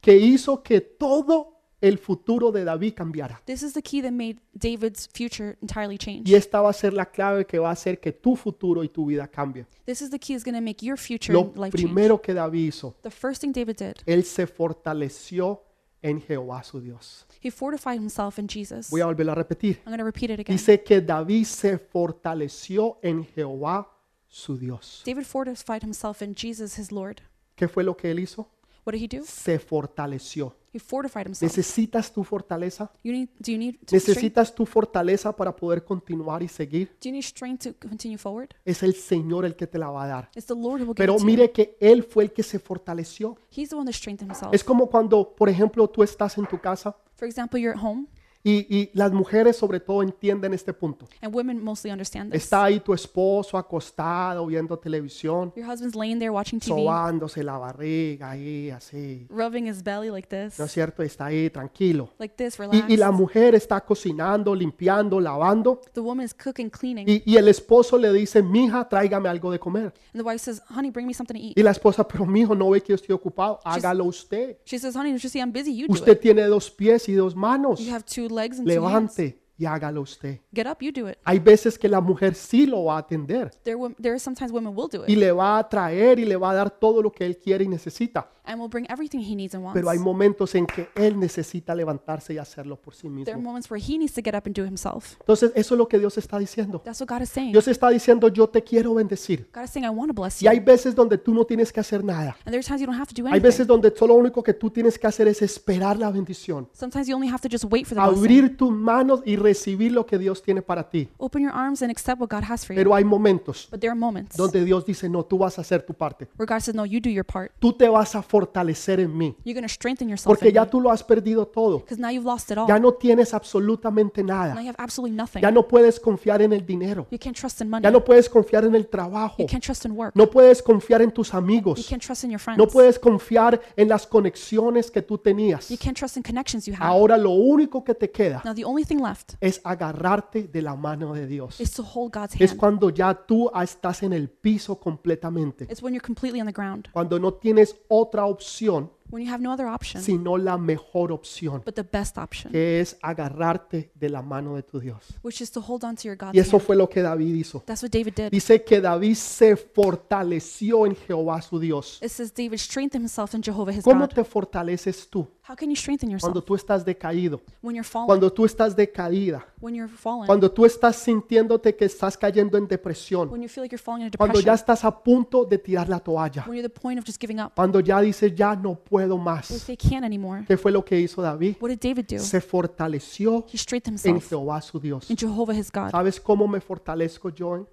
A: que hizo que todo el futuro de David cambiará.
B: This is the key that made David's future entirely change.
A: Y esta va a ser la clave que va a hacer que tu futuro y tu vida cambien.
B: This is the key that's going to make your future
A: Lo
B: and life change.
A: primero que David hizo,
B: The first thing David did,
A: él se fortaleció en Jehová su Dios.
B: he fortified himself in Jesus.
A: Voy a volver a repetir.
B: I'm going to repeat it again.
A: Dice que David se fortaleció en Jehová su Dios.
B: David fortified himself in Jesus, his Lord.
A: ¿Qué fue lo que él hizo?
B: What did he do?
A: Se fortaleció.
B: He fortified himself.
A: ¿Necesitas tu fortaleza?
B: You need, do you need to strength?
A: ¿Necesitas tu fortaleza para poder continuar y seguir?
B: Do you need strength to continue forward?
A: Es el Señor el que te la va a dar.
B: It's the Lord who will give
A: Pero
B: it to you.
A: mire que Él fue el que se fortaleció.
B: He's the one that strengthened himself.
A: Es como cuando, por ejemplo, tú estás en tu casa
B: For example, you're at home,
A: y, y las mujeres sobre todo entienden este punto.
B: and women mostly understand this.
A: Está ahí tu esposo acostado viendo televisión,
B: Your husband's laying there watching TV,
A: sobándose la barriga ahí, así.
B: rubbing his belly like this,
A: ¿No es cierto? Está ahí tranquilo.
B: like this, relaxed.
A: Y, y la mujer está cocinando, limpiando, lavando.
B: the woman is cooking, cleaning,
A: Y, y el esposo le dice, mija, tráigame algo de comer.
B: and the wife says, "Honey, bring me something to eat."
A: Y la esposa, pero mijo, no ve que yo estoy ocupado, hágalo usted.
B: She says, "Honey, don't you see I'm busy? You do
A: Usted
B: it.
A: tiene dos pies y dos manos.
B: You have two legs and two hands.
A: Levante y hágalo usted.
B: Get up, you do it."
A: Hay veces que la mujer sí lo va a atender
B: There, wom- there are sometimes women will do
A: y
B: it
A: le va a traer y le va a dar todo lo que él quiere y necesita.
B: and will bring everything he needs and wants.
A: Pero hay momentos en que él necesita levantarse y hacerlo por sí
B: There are
A: mismo.
B: moments where he needs to get up and do it himself.
A: Entonces, eso es lo que Dios está diciendo.
B: That's what God is saying.
A: Dios está diciendo, yo te quiero bendecir.
B: God is saying, "I want to bless
A: Y
B: you,"
A: hay veces donde tú no tienes que hacer nada.
B: and there are times you don't have to do
A: Hay
B: anything.
A: veces donde solo lo único que tú tienes que hacer es esperar la bendición.
B: Sometimes you only have to just wait for the blessing.
A: abrir tus manos y recibir lo que Dios tiene para ti.
B: Open your arms and accept what God has for you.
A: Pero hay momentos
B: But there are moments
A: donde Dios dice, no, tú vas a hacer tu parte.
B: where God says, "No, you do your part.
A: Tú te vas a fortalecer en mí.
B: You're going to strengthen yourself."
A: Porque ya tú lo has perdido todo.
B: Because now you've lost it all.
A: Ya no tienes absolutamente
B: Now
A: nada.
B: you have absolutely nothing.
A: Ya no puedes confiar en el dinero.
B: You can't trust in money.
A: Ya no puedes confiar en el trabajo.
B: You can't trust in work.
A: No puedes confiar en tus
B: You
A: amigos.
B: can't trust in your friends.
A: No puedes confiar en las conexiones que tú tenías.
B: You can't trust in connections you have.
A: Ahora lo único que te queda
B: Now the only thing left
A: es agarrarte de la mano de Dios.
B: is to hold God's
A: es
B: hand.
A: cuando ya tú ah, estás en el piso completamente,
B: It's when you're completely on the ground,
A: cuando no tienes otra opción
B: when you have no other option
A: sino la mejor opción,
B: but the best option,
A: que es agarrarte de la mano de tu Dios.
B: which is to hold on to your God's
A: Y eso
B: hand.
A: fue lo que David hizo.
B: That's what David did.
A: Dice que David se fortaleció en Jehová su Dios.
B: It says David strengthened himself in Jehovah his
A: ¿Cómo
B: God.
A: te fortaleces tú
B: How can you strengthen yourself
A: cuando tú estás decaído,
B: when you're fallen,
A: cuando tú estás decaída,
B: when you're fallen,
A: cuando tú estás sintiéndote que estás cayendo en depresión,
B: when you feel like you're falling into
A: cuando ya
B: depression,
A: estás a punto de tirar la toalla,
B: when you're at the point of just giving up,
A: cuando ya dices ya no puedo
B: when you
A: más?
B: say can't anymore?
A: ¿Qué fue lo que hizo David?
B: What did David do?
A: Se fortaleció
B: He strengthened
A: en
B: himself
A: Jehová su Dios.
B: in Jehovah his God.
A: ¿Sabes cómo me fortalezco yo en-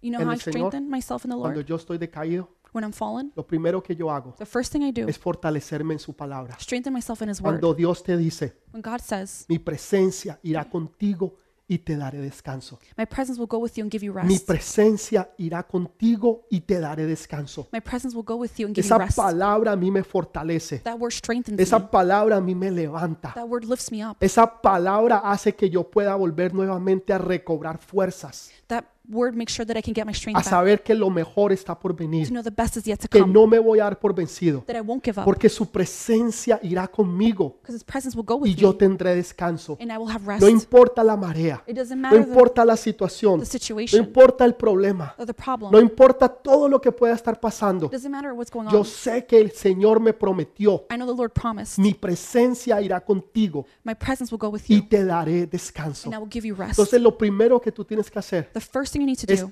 B: You know
A: en
B: how I
A: el Señor.
B: strengthen myself in the
A: cuando
B: Lord
A: yo estoy decaído?
B: when I'm fallen?
A: Lo primero que yo hago
B: The first thing I do
A: es fortalecerme en su palabra.
B: strengthen myself in His Word.
A: Cuando Dios te dice,
B: When God says,
A: mi presencia irá contigo y te daré descanso.
B: My presence will go with you and give you
A: Mi
B: rest.
A: presencia irá contigo y te daré descanso.
B: My presence will go with you and give you
A: Esa
B: rest.
A: palabra a mí me fortalece.
B: That word strengthens me.
A: Esa palabra a mí me levanta.
B: That word lifts me up.
A: Esa palabra hace que yo pueda volver nuevamente a recobrar fuerzas.
B: That word makes sure that I can get my
A: a
B: strength back.
A: saber que lo mejor está por
B: To
A: venir,
B: know the best is yet to
A: que
B: come.
A: no me voy a dar por vencido,
B: That I won't give up.
A: porque su presencia irá conmigo
B: Because His presence will go
A: y
B: with
A: yo
B: me.
A: tendré descanso.
B: And I will have
A: No
B: rest.
A: importa la marea,
B: It doesn't
A: no
B: matter the,
A: importa la situación, no
B: the situation
A: importa el problema,
B: or the
A: no
B: problem.
A: importa todo lo que pueda estar pasando.
B: It doesn't matter what's going
A: Yo
B: on.
A: sé que el Señor me prometió,
B: I know the Lord promised.
A: mi presencia irá contigo
B: My presence will go with
A: y
B: you.
A: te daré descanso.
B: And I will give you rest.
A: Entonces lo primero que tú tienes que hacer
B: The first thing you need to
A: es
B: do,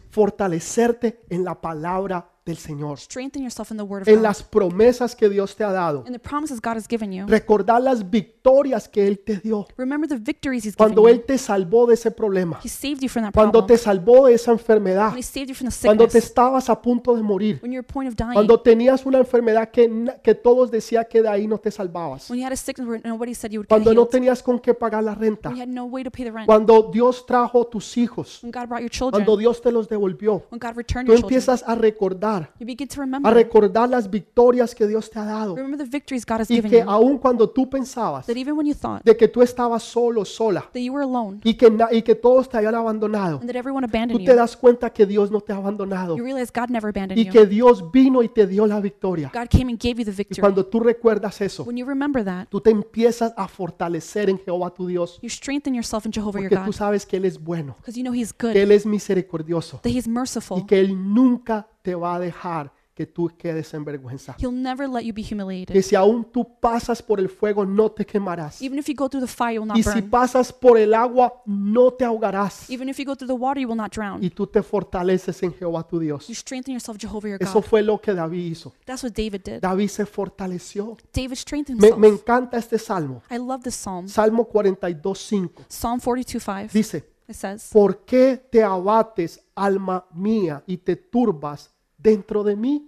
A: fortalecerte en la palabra del Señor.
B: strengthen yourself in the Word of
A: en
B: God.
A: las promesas que Dios te ha dado.
B: And the promises God has given you.
A: Recordar las victorias que Él te dio.
B: Remember the victories He's given
A: Cuando
B: you.
A: Él te salvó de ese problema.
B: He saved you from that
A: Cuando
B: problem.
A: te salvó de esa enfermedad.
B: When he saved you from the
A: Cuando te
B: sickness.
A: estabas a punto de morir.
B: When you're at point of dying.
A: Cuando tenías una enfermedad que, na- que todos decían que de ahí no te salvabas.
B: When you had a sickness where nobody said you would get
A: Cuando no
B: healed.
A: tenías con qué pagar la renta.
B: When you had no way to pay the rent.
A: Cuando Dios trajo tus hijos.
B: When God brought your children.
A: Cuando Dios te los devolvió.
B: When God returned
A: Tú
B: your children.
A: empiezas a recordar,
B: You begin to
A: a
B: remember.
A: recordar las victorias que Dios te ha dado
B: Remember the victories God has
A: y
B: given
A: que
B: you.
A: aun cuando tú pensabas
B: That even when you thought
A: de que tú estabas solo, sola
B: that you were alone
A: y que, na- y que todos te habían abandonado,
B: and that everyone
A: tú
B: abandoned
A: te
B: you,
A: das cuenta que Dios no te ha abandonado
B: you realize God never abandoned
A: y
B: you.
A: que Dios vino y te dio la victoria.
B: God came and gave you the
A: Y
B: victory.
A: cuando tú recuerdas eso,
B: When you remember that,
A: tú te empiezas a fortalecer en Jehová tu Dios,
B: you strengthen yourself in Jehovah your
A: porque tú
B: God
A: sabes que Él es bueno,
B: because you know He's
A: que
B: good,
A: Él es misericordioso
B: that He's
A: y
B: merciful.
A: que Él nunca te va a dejar que tú quedes en vergüenza.
B: He'll never let you be humiliated.
A: Que si aún tú pasas por el fuego, no te quemarás.
B: Even if you go through the fire, you will
A: Y
B: not
A: si
B: burn.
A: pasas por el agua, no te ahogarás.
B: Even if you go through the water, you will not drown.
A: Y tú te fortaleces en Jehová tu Dios.
B: You strengthen yourself, Jehovah your
A: Eso
B: God.
A: fue lo que David hizo.
B: That's what David did.
A: David se fortaleció.
B: David strengthened
A: Me, me
B: himself.
A: encanta este salmo.
B: I love this psalm.
A: Salmo 42.5.
B: Psalm 42:5.
A: Dice,
B: It says,
A: ¿por qué te abates, alma mía, y te turbas dentro de mí?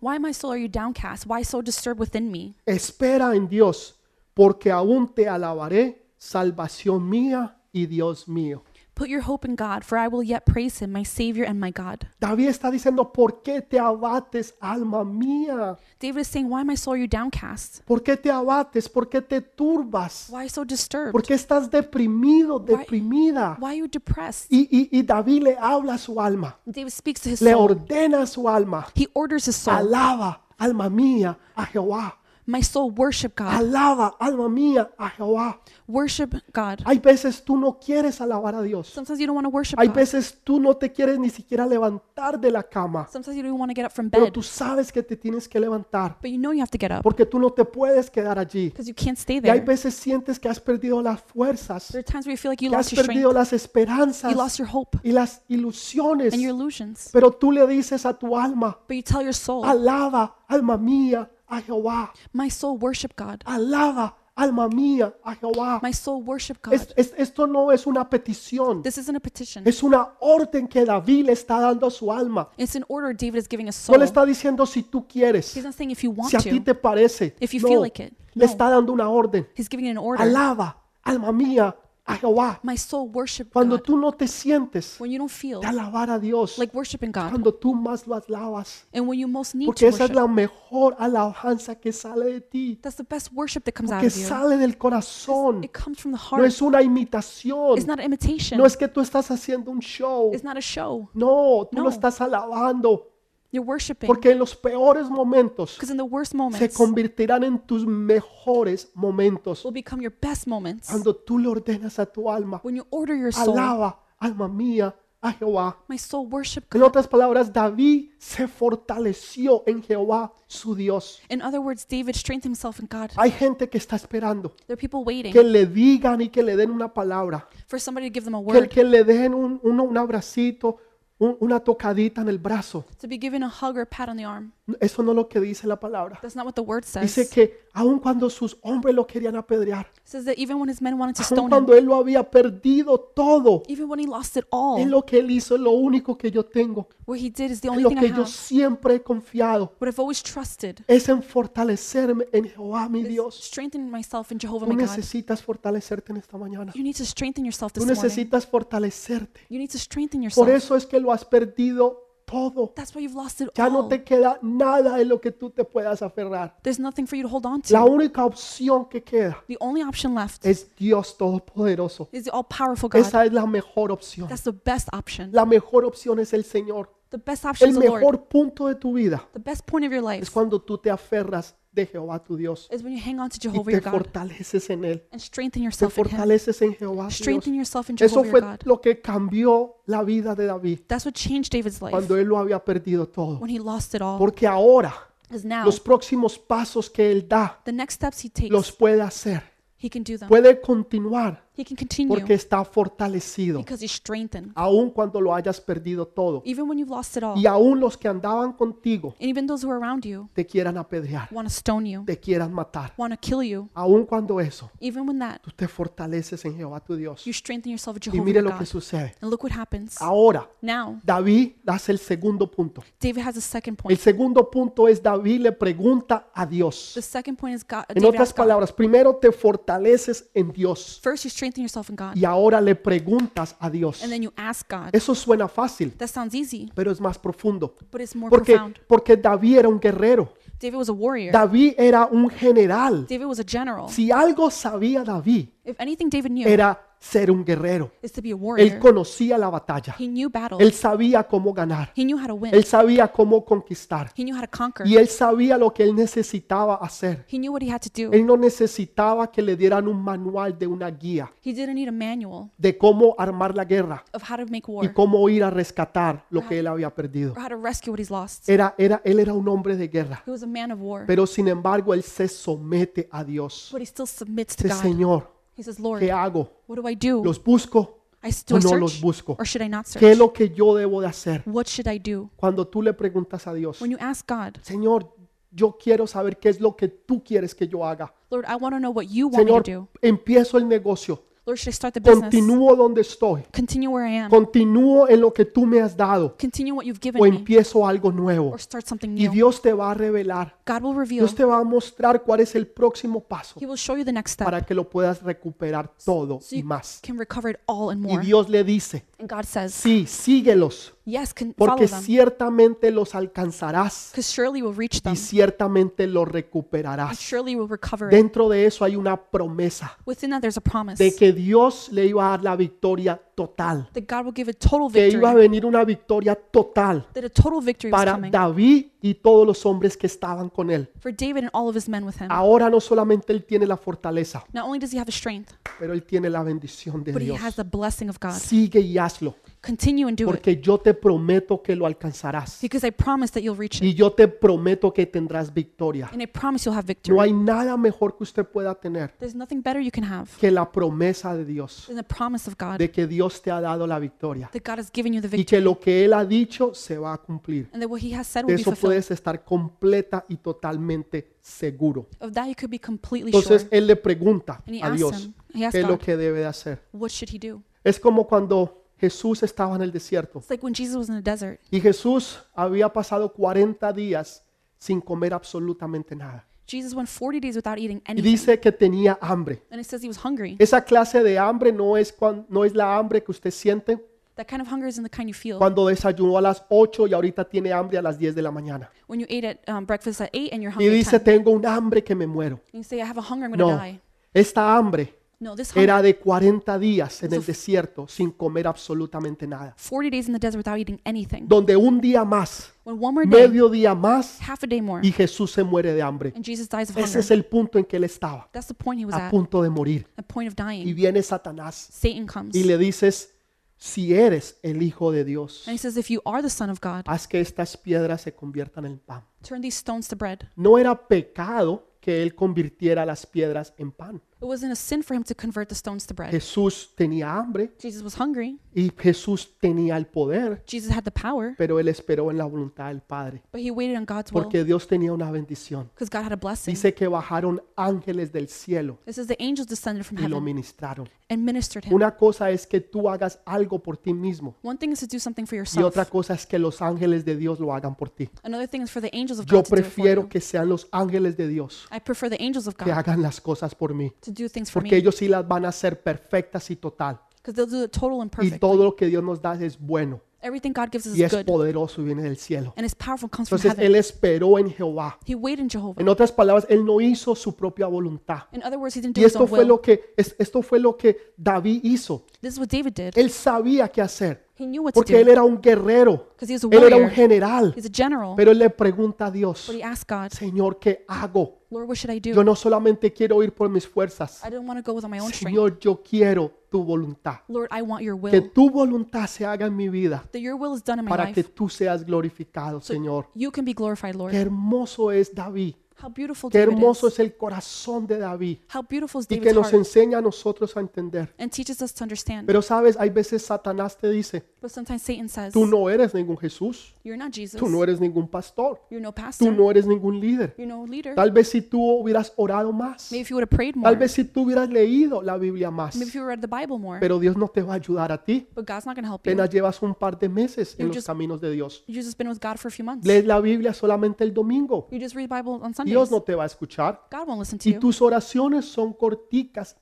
B: Why, my soul, are you downcast? Why so disturbed within me?
A: Espera en Dios, porque aún te alabaré, salvación mía y Dios mío.
B: Put your hope in God, for I will yet praise him, my Savior and my God.
A: David está diciendo, ¿por qué te abates, alma mía?
B: David is saying, Why, my soul, are you downcast?
A: ¿Por qué te abates? ¿Por qué te turbas?
B: Why so disturbed?
A: ¿Por qué estás deprimido, deprimida?
B: Why are you depressed?
A: Y, y- y David le habla a su alma,
B: David speaks to his
A: le
B: soul.
A: ordena a su alma,
B: He orders his soul,
A: alaba, alma mía, a Jehová.
B: My soul, worship God.
A: Alaba, alma mía, a Jehová.
B: Worship God.
A: Hay veces tú no quieres alabar a Dios.
B: Sometimes you don't want to worship
A: Hay
B: God.
A: veces tú no te quieres ni siquiera levantar de la cama.
B: Sometimes you don't want to get up from
A: Pero
B: bed,
A: tú sabes que te tienes que levantar
B: but you know you have to get up
A: porque tú no te puedes quedar allí.
B: because you can't stay
A: Y hay
B: there.
A: veces sientes que has perdido las fuerzas,
B: There are times where you feel like you
A: que has
B: lost your
A: perdido
B: strength,
A: las
B: you
A: esperanzas
B: lost your hope,
A: y las ilusiones.
B: and your illusions.
A: Pero tú le dices a tu alma,
B: But you tell your soul,
A: alaba, alma mía, a Jehová.
B: My soul, worship God.
A: Alaba, alma mía, a Jehová.
B: My soul, worship
A: Es-
B: God.
A: es- esto no es una petición,
B: This isn't a petition.
A: es una orden que David le está dando a su alma.
B: It's an order David is giving his
A: No
B: soul.
A: le está diciendo si tú quieres,
B: He's not saying if you Oh. want
A: si a ti
B: to.
A: te parece.
B: If you
A: No,
B: feel like it.
A: le
B: No.
A: está dando una orden.
B: He's giving it an order.
A: Alaba, alma mía, a Jehová.
B: My soul worship
A: Cuando
B: God.
A: tú no te sientes
B: When you don't feel
A: de alabar a Dios,
B: like worshiping God,
A: cuando tú más lo alabas,
B: and when you most need
A: porque
B: to
A: esa es
B: worship,
A: la mejor alabanza que sale de ti,
B: that's the best worship that comes out
A: que
B: of you.
A: sale del corazón.
B: It comes from the
A: No
B: heart.
A: es una imitación,
B: It's not an imitation.
A: no es que tú estás haciendo un show.
B: It's not a show.
A: No, tú lo
B: No.
A: estás alabando.
B: You're worshiping
A: Porque en los peores momentos
B: because in the worst
A: se
B: moments
A: convertirán en tus mejores momentos.
B: will become your best moments.
A: Cuando tú le ordenas a tu alma,
B: When you order your soul,
A: alaba, alma mía, a Jehová.
B: my soul worship
A: En
B: God.
A: otras palabras, David se fortaleció en Jehová, su Dios.
B: In other words, David strengthened himself in God.
A: Hay gente que está esperando
B: There are people waiting
A: que le digan y que le den una palabra,
B: for somebody to give them a
A: que,
B: word,
A: que le den un, un, un abracito, un- una tocadita en el brazo.
B: to be given a hug or a pat on the arm.
A: Eso no es lo que dice la palabra.
B: That's not what the word says.
A: Dice
B: It
A: que aun cuando sus hombres lo querían apedrear,
B: says that even when his men wanted to
A: aun
B: stone him,
A: cuando él lo había perdido todo,
B: even when he lost it
A: es
B: all,
A: lo que él hizo, es lo único que yo tengo,
B: what he did is the
A: es
B: only
A: lo
B: thing I
A: que yo
B: have,
A: siempre he confiado,
B: what I've always trusted.
A: es en fortalecerme en Jehová mi
B: is
A: Dios.
B: Strengthening myself in Jehovah
A: Tú
B: Oh my God.
A: necesitas fortalecerte en esta mañana.
B: You need to strengthen yourself this
A: Tú
B: morning.
A: necesitas fortalecerte.
B: You need to strengthen
A: Por
B: yourself.
A: eso es que lo has perdido todo.
B: That's why you've lost it
A: Ya no
B: all.
A: te queda nada de lo que tú te puedas aferrar.
B: There's nothing for you to hold on
A: La
B: to.
A: única opción que queda
B: The only option left
A: es Dios Todopoderoso.
B: is the all powerful God.
A: Esa es la mejor opción.
B: That's the best option.
A: La mejor opción es el Señor.
B: The best option
A: El
B: is the Lord.
A: mejor punto de tu vida
B: The best point of your
A: es
B: life
A: cuando tú te aferras de Jehová tu Dios
B: is when you hang on to
A: y
B: Jehovah
A: te
B: your God
A: fortaleces en Él.
B: and strengthen
A: Te
B: yourself in Him.
A: fortaleces en Jehová tu Dios.
B: Strengthen yourself in
A: Eso
B: Jehovah your
A: fue
B: God.
A: lo que cambió la vida de David
B: That's what changed David's life
A: cuando él lo había perdido todo.
B: when he lost it all.
A: Porque ahora
B: Because now,
A: los próximos pasos que él da
B: the next steps he
A: los
B: takes,
A: puede hacer.
B: he can do them.
A: Puede continuar
B: He can continue
A: porque está fortalecido,
B: because he's strengthened.
A: aun cuando lo hayas perdido todo.
B: Even when you've lost it all,
A: Y aun los que andaban contigo
B: and even those who are around you
A: te quieran apedrear,
B: want to stone you,
A: te quieran matar.
B: want to kill you,
A: Aun cuando eso,
B: even when that,
A: tú te fortaleces en Jehová tu Dios.
B: you strengthen yourself in
A: Y
B: Jehovah
A: mire lo
B: your
A: que
B: God.
A: sucede.
B: And look what happens.
A: Ahora,
B: Now,
A: David hace el segundo punto.
B: David has a second
A: El
B: point.
A: segundo punto es David le pregunta a Dios.
B: The second point is God.
A: En
B: David
A: otras
B: asked God.
A: palabras, primero te fortaleces en Dios.
B: First, you strengthen yourself in God.
A: y ahora le preguntas a Dios.
B: And then you ask God.
A: Eso suena fácil,
B: That sounds easy,
A: pero es más profundo.
B: but it's more
A: Porque,
B: profound.
A: porque David era un guerrero.
B: David was a warrior.
A: David era un general.
B: David was a general.
A: Si algo sabía David,
B: If anything David knew
A: era ser un guerrero.
B: is to be a
A: Él
B: warrior.
A: conocía la batalla.
B: He knew battle.
A: Él sabía cómo ganar.
B: He knew how to
A: Él
B: win.
A: sabía cómo conquistar.
B: He knew how to conquer.
A: Y él sabía lo que él necesitaba hacer.
B: He knew what he had to do.
A: Él no necesitaba que le dieran un manual de una guía
B: He didn't need a manual
A: de cómo armar la guerra
B: of how to make
A: y
B: war
A: cómo ir a rescatar lo que él había perdido.
B: or how to rescue what he's lost.
A: Era, era, él era un hombre de guerra.
B: He was a man of war,
A: Pero sin embargo, él se somete a Dios.
B: but he still submits to
A: Dice,
B: God.
A: Señor,
B: He says, Lord,
A: ¿qué hago?
B: what do I do?
A: ¿Los busco?
B: I, do
A: o
B: I
A: no los
B: search
A: busco?
B: or should I not
A: ¿Qué es
B: search?
A: lo que yo debo de hacer?
B: What should I do?
A: Cuando tú le preguntas a Dios,
B: When you ask God,
A: Señor, yo quiero saber qué es lo que tú quieres que yo haga.
B: Lord, I want to know what you want me to
A: Señor,
B: do.
A: empiezo el negocio.
B: Lord, should I start the business?
A: Continúo donde estoy.
B: Continue where I am.
A: Continúo en lo que tú me has dado.
B: Continue what you've given
A: O
B: me
A: empiezo algo nuevo.
B: or start something
A: Y
B: new.
A: Dios te va a revelar.
B: God will reveal.
A: Dios te va a mostrar cuál es el próximo paso
B: He will show you the next step
A: para que lo puedas recuperar todo
B: so
A: y
B: you
A: más.
B: can recover it all and
A: Y
B: more.
A: Dios le dice,
B: And God says,
A: sí, síguelos,
B: yes, can follow
A: porque
B: them
A: ciertamente los alcanzarás
B: because surely we'll reach
A: y
B: them.
A: ciertamente los
B: and
A: recuperarás.
B: surely will recover it.
A: Dentro de eso hay una promesa
B: Within that, there's a promise
A: de que Dios le iba a dar la victoria total,
B: that God will give a total
A: que iba a
B: victory.
A: venir una victoria total
B: That a total victory was
A: para
B: coming
A: David y todos los hombres que estaban con él.
B: for David and all of his men with him.
A: Ahora no solamente él tiene la fortaleza,
B: Not only does he have the strength,
A: pero él tiene la bendición de
B: but he
A: Dios.
B: has the blessing of God.
A: Sigue y hazlo,
B: Continue and do it
A: porque yo te prometo que lo alcanzarás
B: because I promise that you'll reach it
A: y yo te prometo que tendrás victoria.
B: and I promise you'll have
A: No
B: victory.
A: hay nada mejor que usted pueda tener
B: There's nothing better you can have
A: que la promesa de Dios,
B: than the promise of God
A: de que Dios te ha dado la victoria
B: that God has given you the
A: y
B: victory
A: que lo que él ha dicho se va a cumplir.
B: and that what he has said
A: De
B: will be
A: eso
B: fulfilled.
A: puedes estar completa y totalmente seguro.
B: Of that, you could be completely sure.
A: Entonces él le pregunta
B: And he
A: a
B: asks
A: Dios
B: him, he asks
A: qué es lo
B: God,
A: que debe de hacer.
B: what should he do?
A: Es como cuando Jesús estaba en el desierto
B: It's like when Jesus was in the desert,
A: y Jesús había pasado 40 días sin comer absolutamente nada.
B: Jesus went 40 days without eating
A: Y
B: anything.
A: dice que tenía hambre.
B: And it says he was hungry.
A: Esa clase de hambre no es, cuan- no es la hambre que usted siente
B: That kind of hunger isn't the kind you feel
A: cuando desayunó a las 8 y ahorita tiene hambre a las 10 de la mañana.
B: when you ate at um, breakfast at 8 and you're
A: Y
B: hungry at
A: dice,
B: 10.
A: tengo un hambre que me muero.
B: And you say, I have a hunger, I'm going to
A: No,
B: die.
A: esta hambre
B: No, this hunger,
A: era de 40 días en el
B: Entonces-
A: desierto sin comer absolutamente nada.
B: 40 days in the desert without eating anything.
A: Donde un día más,
B: When one more day,
A: medio día más,
B: half a day more,
A: y Jesús se muere de hambre.
B: and Jesus dies of
A: Ese
B: hunger.
A: es el punto en que él estaba,
B: That's the point he was
A: a
B: at,
A: punto de morir.
B: the point of
A: Y
B: dying.
A: viene Satanás
B: Satan comes.
A: y
B: And
A: le dices, si eres el Hijo de Dios,
B: he says, if you are the son of God,
A: haz que estas piedras se conviertan en pan.
B: turn these stones to bread.
A: No era pecado que él convirtiera las piedras en pan.
B: It wasn't a sin for him to convert the stones to bread.
A: Jesús tenía hambre
B: Jesus was hungry.
A: y Jesús tenía el poder,
B: Jesus had the power,
A: pero él esperó en la voluntad del Padre,
B: but he waited on God's will
A: porque Dios tenía una bendición.
B: because God had a blessing.
A: Dice que bajaron ángeles del cielo
B: This is the angels descended from
A: y lo
B: heaven
A: ministraron.
B: and ministered him.
A: Una cosa es que tú hagas algo por ti mismo
B: One thing is to do something for
A: y otra
B: yourself.
A: cosa es que los ángeles de Dios lo hagan por ti.
B: Another thing is for the angels of
A: Yo
B: God to do it for
A: prefiero
B: you.
A: que sean los ángeles de Dios
B: I prefer the angels of
A: que
B: God
A: hagan las cosas por mí,
B: to do things for
A: porque
B: me
A: ellos sí las van a hacer perfectas y total.
B: because they'll do it total and
A: Y
B: perfect.
A: todo lo que Dios nos da es bueno
B: Everything God gives us
A: y es
B: is good
A: poderoso y viene del cielo.
B: and it's powerful comes from
A: Entonces
B: heaven.
A: él esperó en Jehová.
B: He waited in Jehovah.
A: En otras palabras, él no hizo su propia voluntad.
B: In other words, he didn't do
A: Y
B: his
A: esto
B: own
A: fue
B: will.
A: lo que es- esto fue lo que David hizo.
B: This is what David did.
A: Él sabía qué hacer,
B: He knew what to
A: porque él
B: do
A: era un guerrero,
B: because he was a
A: él era un
B: warrior.
A: general.
B: He's a general. But
A: Pero él le pregunta a Dios,
B: he asked God,
A: Señor, ¿qué hago?
B: Lord, what should I
A: Yo
B: do?
A: no solamente quiero ir por mis fuerzas,
B: I don't want to go with my own strength.
A: Señor, yo quiero tu voluntad.
B: Lord, I want your
A: Que
B: will.
A: tu voluntad se haga en mi vida
B: That your will is done in my
A: para que
B: life. pues,
A: tú seas glorificado, Señor.
B: You can be glorified,
A: Qué
B: Lord.
A: hermoso es David,
B: How beautiful
A: qué
B: David
A: hermoso
B: is.
A: es el corazón de David
B: How beautiful is
A: y que
B: David's
A: nos
B: heart
A: enseña a nosotros a entender.
B: and teaches us to understand.
A: Pero sabes, hay veces Satanás te dice,
B: But sometimes Satan says,
A: tú no eres ningún Jesús,
B: You're not Jesus.
A: tú no eres ningún pastor,
B: You're no
A: tú
B: pastor.
A: no eres ningún líder.
B: You're no leader.
A: Tal vez si tú hubieras orado más,
B: Maybe if you would have prayed more.
A: tal
B: Maybe
A: vez si tú hubieras leído la Biblia más,
B: if you read the Bible more.
A: pero Dios no te va a ayudar a ti.
B: But God's not going to help you.
A: Apenas llevas un par de meses en
B: You
A: los
B: just-
A: caminos de Dios.
B: You've just been with God for a few months.
A: Lees la Biblia solamente el domingo.
B: You just read the Bible on Sundays.
A: Dios no te va a escuchar.
B: God won't listen to
A: Y
B: you.
A: tus oraciones son corticas.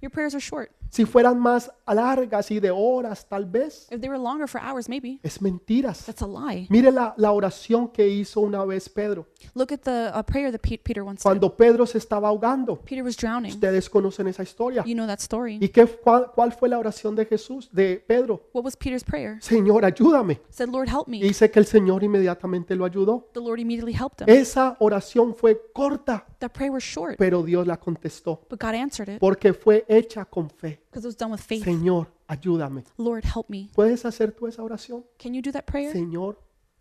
B: Your prayers are short.
A: Si fueran más largas y de horas tal vez,
B: If they were longer for hours, maybe.
A: es mentiras.
B: That's a lie.
A: Mire la, la oración que hizo una vez Pedro,
B: Look at the uh, prayer that Pe- Peter once said.
A: cuando Pedro se estaba ahogando.
B: Peter was drowning.
A: Ustedes conocen esa historia.
B: You know that story.
A: ¿Y qué, cuál, cuál fue la oración de Jesús, de Pedro?
B: What was Peter's prayer?
A: Señor, ayúdame.
B: Said, Lord, help
A: Y
B: me.
A: dice que el Señor inmediatamente lo ayudó.
B: The Lord immediately helped him.
A: Esa oración fue corta,
B: That prayer was short,
A: pero Dios la contestó
B: but God answered it
A: porque fue hecha con fe.
B: because it was done with faith.
A: Señor, ayúdame.
B: Lord, help me.
A: ¿Puedes hacer tú esa oración?
B: Can you do that prayer?
A: Señor,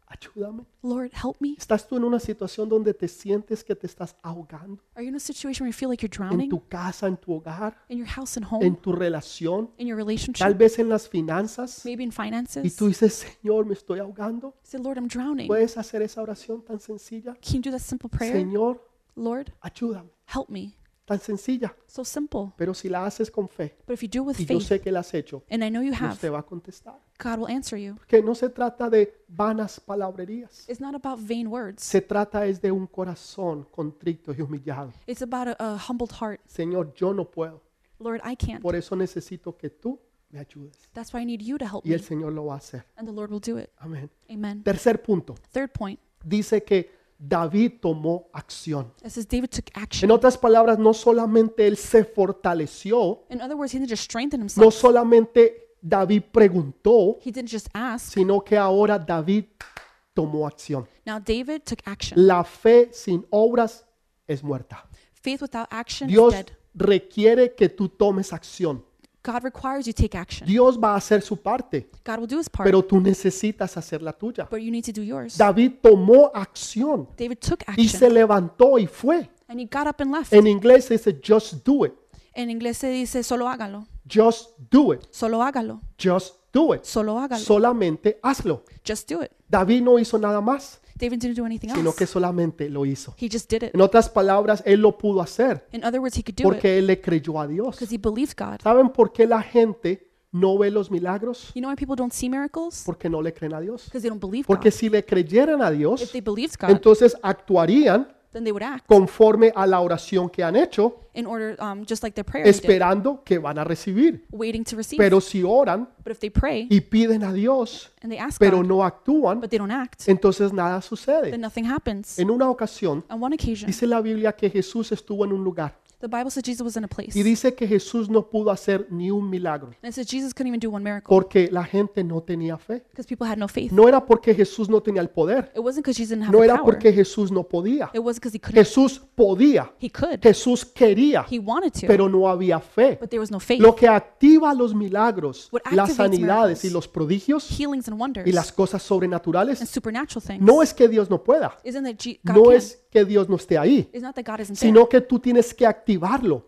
A: ayúdame.
B: Lord, help me.
A: ¿Estás tú en una situación donde te sientes que te estás ahogando?
B: Are you in a situation where you feel like you're
A: En
B: drowning?
A: tu casa, en tu hogar,
B: In your house and
A: en
B: home?
A: tu relación,
B: In your
A: tal
B: relationship?
A: vez en las finanzas.
B: Maybe in
A: Y
B: finances?
A: tú dices, Señor, me estoy ahogando.
B: Say, Lord, I'm drowning.
A: ¿Puedes hacer esa oración tan sencilla?
B: Can you do that simple prayer?
A: Señor,
B: Lord,
A: ayúdame.
B: help me.
A: Tan sencilla.
B: So simple.
A: Pero si la haces con fe,
B: But if you do it
A: y
B: with
A: yo
B: faith,
A: sé que la has hecho,
B: and I know you
A: Dios
B: have,
A: te va a contestar.
B: God will answer you.
A: Que no se trata de vanas palabrerías.
B: It's not about vain words.
A: Se trata es de un corazón contrito y humillado.
B: It's about a, a humbled heart.
A: Señor, yo no puedo.
B: Lord, I can't.
A: Por eso necesito que tú me ayudes.
B: That's why I need you to help
A: Y
B: me.
A: el Señor lo va a hacer.
B: And the Lord will do it.
A: Amén.
B: Amen.
A: Tercer punto.
B: Third point.
A: Dice que David tomó acción.
B: It says David took
A: En
B: action.
A: otras palabras, no solamente él se fortaleció,
B: In other words, he didn't just strengthen
A: no
B: himself.
A: solamente David preguntó,
B: He didn't just ask.
A: sino que ahora David tomó acción.
B: Now David took action.
A: La fe sin obras es muerta.
B: Faith without action is
A: Dios
B: dead.
A: requiere que tú tomes acción.
B: God requires you take action.
A: Dios va a hacer su parte,
B: God will do his part,
A: pero tú necesitas hacer la tuya.
B: but you need to do yours.
A: David tomó acción
B: David took
A: y se
B: action
A: levantó y fue.
B: and he got up and left.
A: En inglés se dice just do it,
B: En inglés se dice solo hágalo,
A: just do it,
B: solo hágalo,
A: just do it.
B: solo hágalo.
A: Solamente hazlo.
B: Just do it.
A: David no hizo nada más,
B: David didn't do anything
A: sino
B: else.
A: que solamente lo hizo.
B: He just did it.
A: En otras palabras, él lo pudo hacer
B: In other words, he could do it
A: porque él le creyó a Dios.
B: because he believed God.
A: ¿Saben por qué la gente no ve los milagros?
B: You know why people don't see miracles?
A: Porque no le creen a Dios.
B: Because they don't believe
A: Porque
B: God.
A: si le creyeran a
B: If
A: Dios,
B: they believed God,
A: entonces actuarían
B: then they would act
A: conforme a la oración que han hecho,
B: in order, um, just like their prayer did,
A: esperando que van a recibir.
B: waiting to receive.
A: Pero si oran
B: But if they pray
A: y piden a Dios,
B: and they ask
A: pero
B: God,
A: no actúan,
B: but they don't act,
A: entonces nada
B: then
A: sucede.
B: nothing happens.
A: En una ocasión,
B: On one occasion,
A: dice la Biblia que Jesús estuvo en un lugar
B: the Bible says Jesus was in a place.
A: y
B: And
A: dice que Jesús no pudo hacer ni un milagro
B: it says Jesus couldn't even do one miracle
A: porque la gente no tenía fe.
B: because people had no faith.
A: "Oh, No era porque Jesús no tenía el poder,
B: It wasn't because Jesus didn't have
A: no
B: the
A: era
B: power.
A: porque Jesús no podía.
B: It wasn't because he couldn't.
A: Jesús podía,
B: He could.
A: Jesús quería,
B: He wanted to,
A: pero no había fe.
B: but there was no faith.
A: Lo que activa los milagros,
B: What
A: las
B: activates
A: sanidades
B: miracles,
A: y los prodigios
B: Healings and
A: y
B: wonders
A: las cosas
B: and
A: sobrenaturales
B: supernatural things.
A: no es que Dios no pueda,
B: Isn't that G- God
A: no
B: can.
A: es que Dios no esté ahí,
B: It's not that God isn't there.
A: sino que tú tienes que activarlo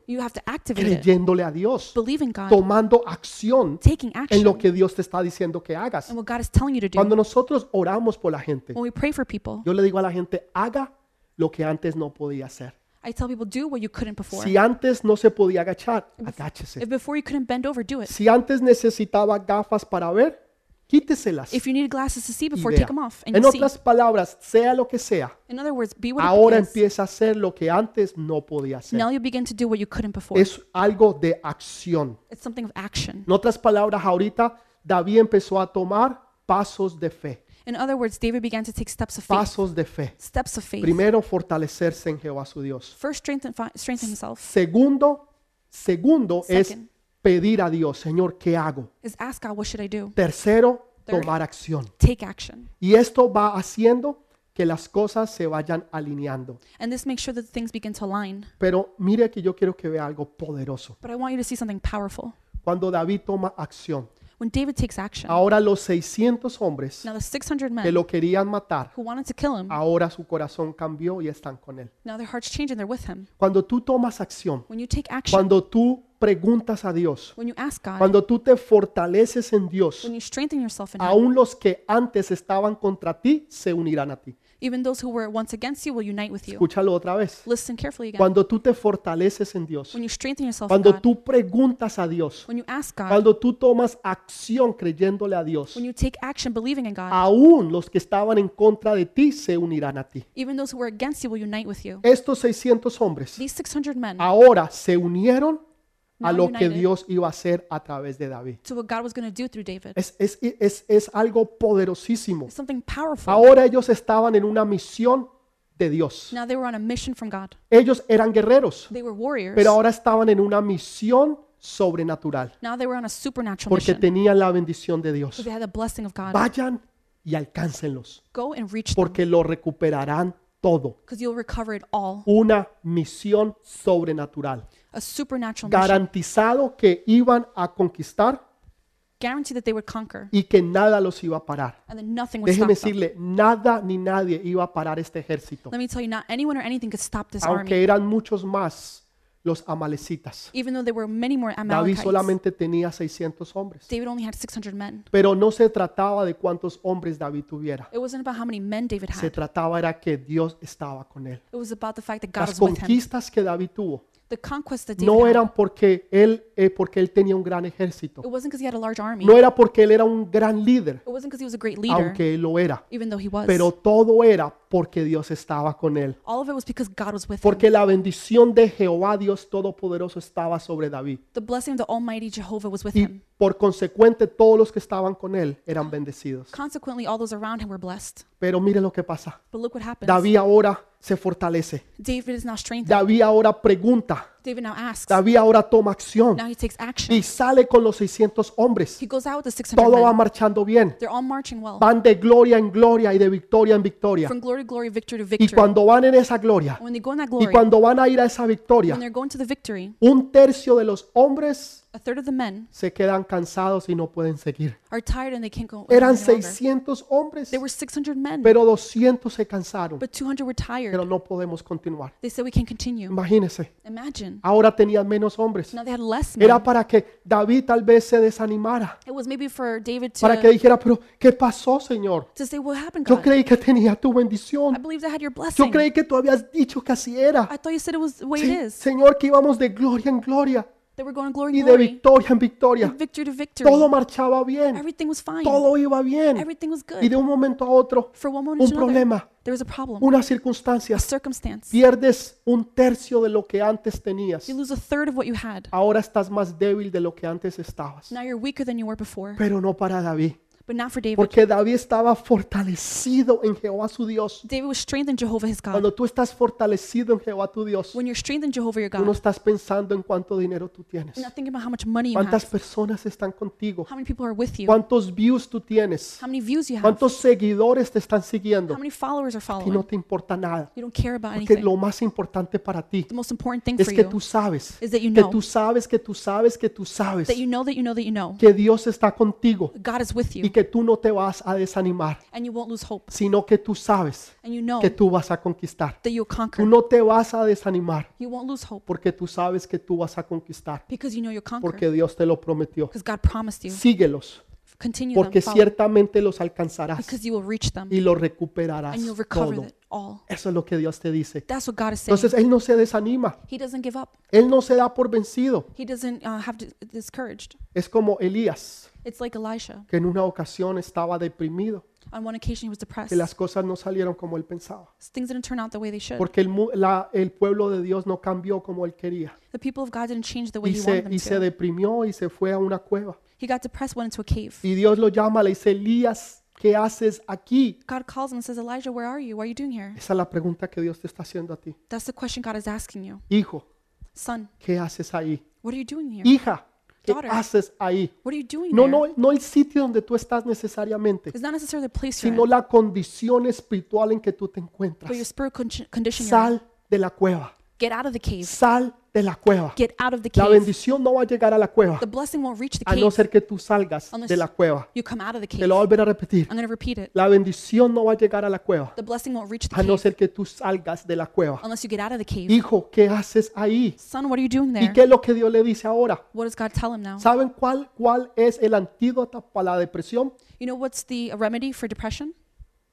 B: You have to activate it.
A: creyéndole a Dios,
B: Believe in God.
A: tomando acción
B: Taking
A: en
B: action.
A: lo que Dios te está diciendo que hagas.
B: And what God is telling you to do.
A: Cuando nosotros oramos por la gente,
B: When we pray for people,
A: yo le digo a la gente, haga lo que antes no podía hacer.
B: I tell people do what you couldn't before.
A: Si antes no se podía agachar, agáchese.
B: If before you couldn't bend over, do it.
A: Si antes necesitaba gafas para ver, quíteselas.
B: If you need glasses to see
A: y
B: before,
A: vea.
B: take them off and
A: En
B: you see.
A: otras palabras, sea lo que sea,
B: In other words, be what
A: ahora
B: it is.
A: empieza a hacer lo que antes no podía hacer.
B: Now you begin to do what you couldn't before.
A: Es algo de acción.
B: It's something of action.
A: En otras palabras, ahorita David empezó a tomar pasos de fe.
B: In other words, David began to take steps of faith.
A: Pasos de fe.
B: Steps of faith.
A: Primero, fortalecerse en Jehová su Dios.
B: First, strengthen, fi- strengthen himself.
A: Segundo, segundo es
B: Second.
A: pedir a Dios, Señor, ¿qué hago?
B: Is ask God, what should I do?
A: Tercero,
B: Third.
A: tomar acción.
B: Take action.
A: Y esto va haciendo que las cosas se vayan alineando.
B: And this makes sure that things begin to align.
A: Pero mire que yo quiero que vea algo poderoso.
B: But I want you to see something powerful.
A: Cuando David toma acción,
B: When David takes action,
A: ahora los 600 hombres
B: now the 600
A: que
B: men
A: lo querían matar,
B: who wanted to kill him,
A: ahora su corazón cambió y están con él.
B: now their hearts change and they're with him.
A: Cuando tú tomas acción,
B: When you take action,
A: cuando tú preguntas a Dios,
B: when you ask God,
A: cuando tú te fortaleces en Dios,
B: when you strengthen yourself in Him,
A: aún los que antes estaban contra ti se unirán a ti.
B: even those who were once against you will unite with you.
A: Escúchalo otra vez.
B: Listen carefully again.
A: Cuando tú te fortaleces en Dios,
B: When you strengthen yourself in
A: cuando
B: God,
A: tú preguntas a Dios,
B: when you ask God,
A: cuando tú tomas acción creyéndole a Dios,
B: when you take action believing in God,
A: aún los que estaban en contra de ti se unirán a ti.
B: even those who were against you will unite with you.
A: Estos 600 hombres
B: These 600 men
A: ahora se unieron a
B: now
A: lo que
B: united
A: Dios iba a hacer a través de David.
B: to what God was going to do through David.
A: Es, es- es- es algo poderosísimo.
B: It's something powerful.
A: Ahora ellos estaban en una misión de Dios.
B: Now they were on a mission from God.
A: Ellos eran guerreros,
B: They were warriors.
A: pero ahora estaban en una misión sobrenatural
B: Now they were on a supernatural
A: porque
B: mission.
A: tenían la bendición de Dios.
B: They had the blessing of God.
A: Vayan y alcáncenlos
B: Go and reach them
A: porque lo recuperarán todo.
B: because you'll recover it all.
A: Una misión sobrenatural.
B: A supernatural mission.
A: Garantizado que iban a conquistar
B: Guarantee that they would conquer
A: y que nada los iba a parar.
B: and that nothing would
A: Déjeme
B: stop them.
A: decirle, nada ni nadie iba a parar este ejército.
B: Let me tell you, not anyone or anything could stop this army.
A: Aunque eran muchos más los amalecitas.
B: Even though there were many more
A: David
B: Amalekites,
A: solamente tenía 600 hombres.
B: David only had 600 men.
A: Pero no se trataba de cuántos hombres David tuviera.
B: It wasn't about how many men David
A: Se
B: had.
A: trataba era que Dios estaba con él.
B: It was about the fact that God
A: Las
B: was with him.
A: conquistas que David tuvo
B: The conquests that
A: no
B: David had.
A: eran porque él, eh, porque él tenía un gran ejército.
B: It wasn't because he had a large army.
A: No era porque él era un gran líder,
B: It wasn't because he was a great leader,
A: aunque él lo era.
B: even though he was.
A: Pero todo era porque Dios estaba con él.
B: All of it was because God was with him.
A: Porque la bendición de Jehová Dios Todopoderoso estaba sobre David.
B: The blessing of the Almighty Jehovah was with
A: Y
B: him.
A: por consecuente todos los que estaban con él eran bendecidos.
B: Consequently, all those around him were blessed.
A: Pero mire lo que pasa.
B: But look what happens.
A: David ahora se fortalece.
B: David is now strengthened.
A: David ahora pregunta.
B: David now asks.
A: David ahora toma acción.
B: Now he takes action.
A: Y sale con los 600 hombres.
B: He goes out with the 600
A: Todo va
B: men.
A: marchando bien.
B: They're all marching well.
A: Van de gloria en gloria y de victoria en victoria.
B: From glory to glory, victory to
A: Y
B: victory.
A: cuando van en esa gloria,
B: And when they go in that
A: y
B: glory,
A: cuando van a ir a esa victoria,
B: when they're going to the victory,
A: un tercio de los hombres
B: a third of the men
A: se quedan cansados y no pueden seguir.
B: are tired and they can't go. any
A: Eran
B: longer.
A: 600 hombres,
B: There were 600 men,
A: pero 200 se cansaron.
B: but 200 were tired.
A: Pero no podemos continuar.
B: They said we can't continue.
A: Imagínense,
B: Imagine.
A: ahora tenían menos hombres.
B: Now they had less men.
A: Era para que David tal vez se desanimara,
B: It was maybe for David
A: para que
B: to,
A: dijera, pero ¿qué pasó, Señor?
B: to say, What happened,
A: Yo
B: God?
A: creí que tenía tu
B: I
A: bendición.
B: believed I had your
A: Yo
B: blessing.
A: creí que tú habías dicho que así era.
B: I thought you said it was the way it
A: Sí,
B: is.
A: Señor, que íbamos de gloria en gloria
B: They were going glory
A: y
B: to
A: de
B: glory,
A: victoria en victoria.
B: victory to victory.
A: Todo marchaba bien.
B: Everything was fine.
A: todo iba bien
B: Everything was
A: y
B: good.
A: de un momento a otro
B: For one moment
A: un
B: to another,
A: problema,
B: there was a problem,
A: una
B: a
A: circunstancia,
B: circumstance.
A: pierdes un tercio de lo que antes tenías.
B: You lose a third of what you had.
A: Ahora estás más débil de lo que antes estabas.
B: Now you're weaker than you were before,
A: Pero no para David,
B: but not for David.
A: porque David estaba fortalecido en Jehová su Dios.
B: David was strengthened in Jehovah his God.
A: Cuando tú estás fortalecido en Jehová tu Dios,
B: Ah. When you're strengthened in Jehovah your
A: tú no
B: God,
A: estás pensando en cuánto dinero tú tienes,
B: you're not thinking about how much money you
A: cuántas
B: have,
A: personas están contigo,
B: how many people are with you,
A: cuántos views tú tienes,
B: how many views you have,
A: cuántos seguidores te están
B: how
A: siguiendo.
B: many followers are
A: Y no
B: following.
A: te importa nada,
B: You don't care about
A: que
B: anything.
A: lo más importante para ti
B: The most important thing
A: es
B: for
A: que
B: you
A: tú sabes,
B: is that you
A: que
B: know,
A: tú sabes, que tú sabes, que tú sabes
B: that you know that you know that you know.
A: que Dios está contigo
B: God is with
A: y
B: you,
A: que tú no te vas a desanimar,
B: and you won't lose hope.
A: sino que tú sabes
B: And you know
A: que tú vas a conquistar.
B: that you'll
A: Tú
B: conquer.
A: no te vas a desanimar
B: You won't lose hope
A: porque tú sabes que tú vas a conquistar,
B: because you know you'll conquer.
A: porque Dios te lo prometió.
B: Because God promised you.
A: Síguelos,
B: Continue
A: porque
B: them. Follow,
A: ciertamente los alcanzarás
B: because you will reach them
A: y los recuperarás
B: and you'll recover
A: todo.
B: it all.
A: Eso es lo que Dios te dice.
B: That's what God is saying.
A: Entonces Él no se desanima,
B: He doesn't give up.
A: Él no se da por vencido.
B: He doesn't uh, have dis- discouraged.
A: Es como Elías,
B: It's like Elisha.
A: que en una ocasión estaba deprimido,
B: On one occasion, he was depressed.
A: que las cosas no salieron como él pensaba,
B: Things didn't turn out the way they should.
A: porque el, mu- la- el pueblo de Dios no cambió como él quería.
B: The people of God didn't change the way
A: Y
B: he
A: se,
B: wanted them
A: y se
B: to.
A: deprimió y se fue a una cueva.
B: He got depressed, went into a cave.
A: Y Dios lo llama, le dice, Elías, ¿qué haces aquí?
B: God calls him and says, Elijah, where are you? What are you doing here?
A: Esa es la pregunta que Dios te está haciendo a ti.
B: That's the question God is asking you.
A: Hijo,
B: Son,
A: ¿qué haces ahí?
B: what are you doing here?
A: Hija, ¿qué
B: Daughter.
A: haces ahí?
B: What are you doing
A: No, no,
B: there?
A: no el sitio donde tú estás necesariamente,
B: It's not necessarily the place you're
A: sino
B: in,
A: la condición espiritual en que tú te
B: but your
A: encuentras.
B: spirit con- condition you're in.
A: Sal de la cueva,
B: Get out of the cave.
A: sal de la cueva.
B: Get out of the
A: La
B: cave.
A: bendición no va a llegar a la cueva,
B: The blessing won't reach the
A: a no
B: cave.
A: ser que tú salgas de la cueva.
B: You come out of the
A: Te
B: cave.
A: lo voy a volver a repetir.
B: I'm going to repeat it.
A: La bendición no va a llegar a la cueva,
B: The blessing won't reach the
A: a no
B: cave
A: ser que tú salgas de la cueva.
B: unless you get out of the cave.
A: Hijo, ¿qué haces ahí?
B: Son, what are you doing
A: ¿Y
B: there?
A: qué es lo que Dios le dice ahora?
B: What does God tell him now?
A: ¿Saben cuál, cuál es el antídoto para la depresión?
B: You know what's the remedy for depression?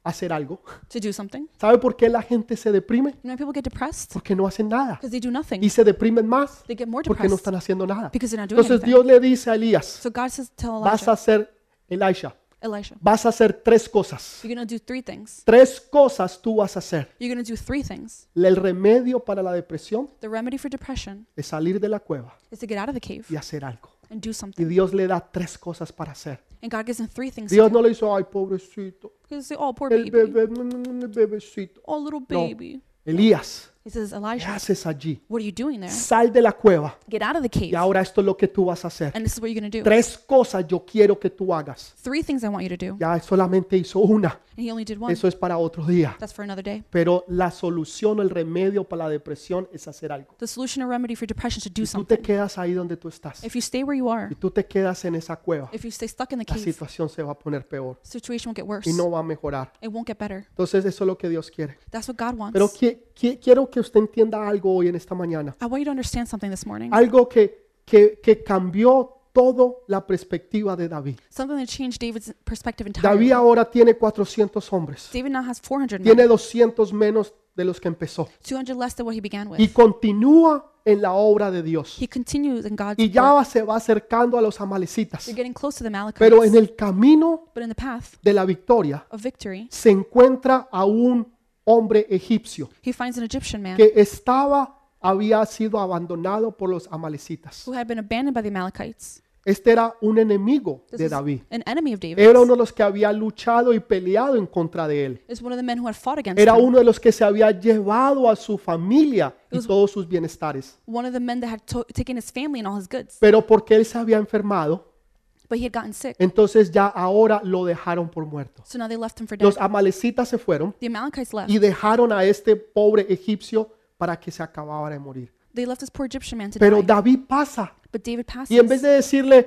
A: Hacer algo. (laughs)
B: To do something.
A: ¿Sabe por qué la gente se deprime?
B: You know why people get depressed?
A: Porque no hacen nada.
B: Because they do
A: Y
B: nothing.
A: se deprimen más
B: They get more
A: porque no
B: depressed
A: están haciendo nada.
B: because they're not doing
A: Entonces
B: anything.
A: Dios le dice a Elías,
B: So God says, tell
A: vas a
B: Elijah,
A: ser Elisha,
B: Elisha,
A: Vas a hacer tres cosas.
B: you're going to do three things.
A: Tres cosas tú vas a hacer.
B: You're going to do three things.
A: El remedio para la depresión
B: The remedy for depression
A: es salir de la cueva
B: is to get out of the cave
A: y hacer algo.
B: and do
A: Y
B: something.
A: Dios le da tres cosas para hacer.
B: And God gives him three things. to
A: Dios
B: do.
A: no le hizo, ay, pobrecito,
B: He says, oh, poor
A: el
B: baby.
A: bebé, mm, mm, el bebecito.
B: Oh, little baby.
A: Elías,
B: He says,
A: ¿qué
B: Elijah,
A: haces allí?
B: what are you doing there?
A: Sal de la cueva.
B: Get out of the cave.
A: Y ahora esto es lo que tú vas a hacer.
B: And this is what you're going to do.
A: Tres cosas yo quiero que tú hagas.
B: Three things I want you to do.
A: Ya solamente hizo una.
B: And he only did one.
A: Eso es para otro día.
B: That's for another day.
A: Pero la solución, el remedio para la depresión es hacer algo.
B: The solution or remedy for depression is to do
A: Tú
B: something.
A: te quedas ahí donde tú estás.
B: If you stay where you are,
A: Y tú te quedas en esa cueva.
B: if you stay stuck in the
A: La
B: cave,
A: situación se va a poner peor
B: situation will get worse.
A: y no va a mejorar.
B: It won't get better.
A: Entonces eso es lo que Dios quiere.
B: That's what God
A: Pero
B: wants.
A: qui- qui- quiero que usted entienda algo hoy en esta mañana.
B: I want you to understand something this morning.
A: Algo que, que, que cambió toda la perspectiva de David.
B: Something that changed David's perspective entirely.
A: David ahora tiene 400 hombres.
B: David now has 400 men,
A: Tiene 200 menos de los que empezó.
B: 200 less than what he began with.
A: Y continúa en la obra de Dios.
B: He continues in God's
A: Y
B: work.
A: ya se va acercando a los amalecitas.
B: You're getting close to the Malachites.
A: Pero en el camino
B: But in the path
A: de la victoria
B: of victory,
A: se encuentra a un hombre egipcio
B: he finds an Egyptian man
A: que estaba, había sido abandonado por los amalecitas.
B: who had been abandoned by the Amalekites.
A: Este era un enemigo
B: This
A: de
B: is
A: David.
B: an enemy of David.
A: Era uno de los que había luchado y peleado en contra de él.
B: Is one of the men who had fought against
A: Era
B: him.
A: uno de los que se había llevado a su familia y todos sus bienestares.
B: One of the men that had to- taken his family and all his goods.
A: Pero porque él se había enfermado,
B: But he had gotten sick.
A: entonces ya ahora lo dejaron por muerto.
B: So now they left him for dead.
A: Los amalecitas se fueron
B: The Amalekites left.
A: y dejaron a este pobre egipcio para que se acabara de morir.
B: They left this poor Egyptian man to
A: Pero
B: die.
A: David pasa
B: But David passes.
A: y en vez de decirle,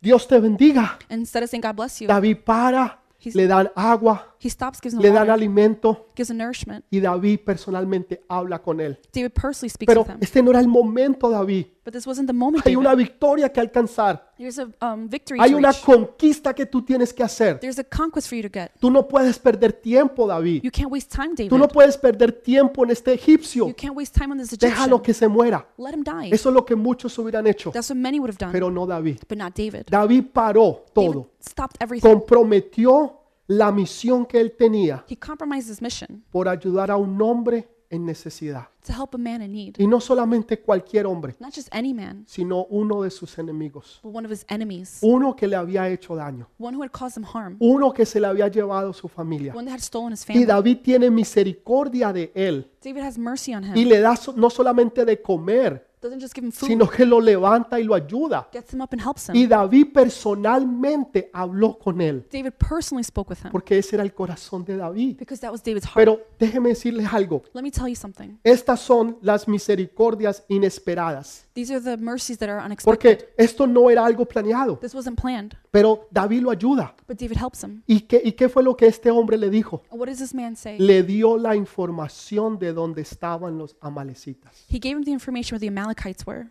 A: Dios te bendiga,
B: And instead of saying, God bless you,
A: David para, le dan agua,
B: he stops, gives him
A: le dan
B: water,
A: alimento
B: gives him nourishment.
A: y David personalmente habla con él.
B: David personally speaks
A: Pero
B: with him.
A: este no era el momento, David.
B: But this wasn't the moment,
A: Hay una
B: David.
A: victoria que alcanzar.
B: There's a um, victory
A: Hay
B: to
A: una
B: reach.
A: conquista que tú tienes que hacer.
B: There's a conquest for you to get.
A: Tú no puedes perder tiempo, David.
B: You can't waste time,
A: Tú no
B: David.
A: puedes perder tiempo en este egipcio.
B: You can't waste time on this Egyptian.
A: Déjalo que se muera.
B: Let him die.
A: Eso es lo que muchos hubieran hecho,
B: That's what many would have done,
A: pero no David.
B: but not David.
A: David paró
B: David
A: todo,
B: stopped everything.
A: comprometió la misión que él tenía
B: He compromised his mission
A: por ayudar a un hombre en necesidad.
B: to help a man in need.
A: Y no solamente cualquier hombre,
B: Not just any man,
A: sino uno de sus enemigos.
B: but one of his enemies.
A: Uno que le había hecho daño,
B: One who had caused him harm.
A: uno que se le había llevado su familia.
B: One that had stolen his
A: Y
B: family.
A: David tiene misericordia de él
B: David has mercy on
A: y
B: him.
A: le da so- no solamente de comer,
B: Doesn't just give him food.
A: sino que lo levanta y lo ayuda.
B: Gets him up and helps him.
A: Y David personalmente habló con él,
B: David personally spoke with him
A: porque ese era el corazón de David.
B: because that was David's heart.
A: Pero déjeme decirles algo,
B: Let me tell you something.
A: estas son las misericordias inesperadas,
B: These are the mercies that are unexpected.
A: porque esto no era algo planeado,
B: This wasn't planned,
A: pero David lo ayuda.
B: but David helps him.
A: ¿Y qué, ¿Y qué fue lo que este hombre le dijo?
B: And what does this man say?
A: Le dio la información de dónde estaban los amalecitas.
B: He gave him the information where the Amalekites were.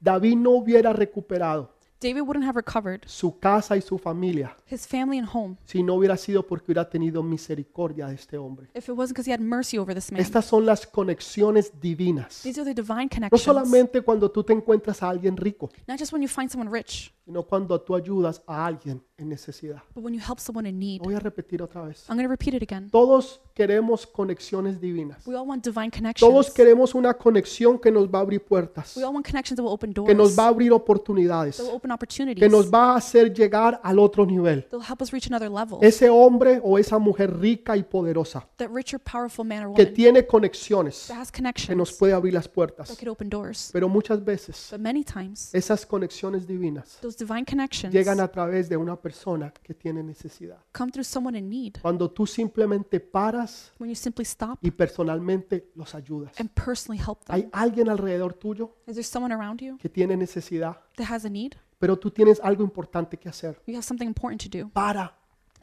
A: David no hubiera recuperado
B: David wouldn't have recovered
A: su casa y su familia
B: his family and home
A: si no hubiera sido porque hubiera tenido misericordia de este hombre.
B: if it wasn't because he had mercy over this man.
A: Estas son las conexiones divinas.
B: These are the divine
A: No
B: connections.
A: solamente cuando tú te encuentras a alguien rico,
B: Not just when you find someone rich,
A: sino cuando tú ayudas a alguien en necesidad.
B: but when you help someone in need.
A: Lo voy a repetir otra vez.
B: I'm going to repeat it again.
A: Todos queremos conexiones divinas.
B: We all want divine connections.
A: Todos queremos una conexión que nos va a abrir puertas,
B: We all want connections that will open doors,
A: que nos va a
B: that
A: abrir oportunidades,
B: will open opportunities,
A: que nos va a hacer llegar al otro nivel.
B: that will help us reach another level.
A: Ese hombre o esa mujer rica y poderosa
B: That richer, powerful man or
A: que
B: woman
A: tiene conexiones
B: that has
A: que nos
B: connections
A: puede abrir las puertas.
B: that could open doors.
A: Pero muchas veces
B: But many times,
A: esas conexiones divinas
B: those divine connections
A: llegan a través de una persona que tiene necesidad.
B: come through someone in need
A: Cuando tú simplemente paras
B: when you simply stop
A: y personalmente los ayudas.
B: and personally help them.
A: Hay alguien alrededor tuyo
B: Is there someone around you
A: que tiene necesidad,
B: that has a need?
A: pero tú tienes algo importante que hacer.
B: You have something important to do
A: Para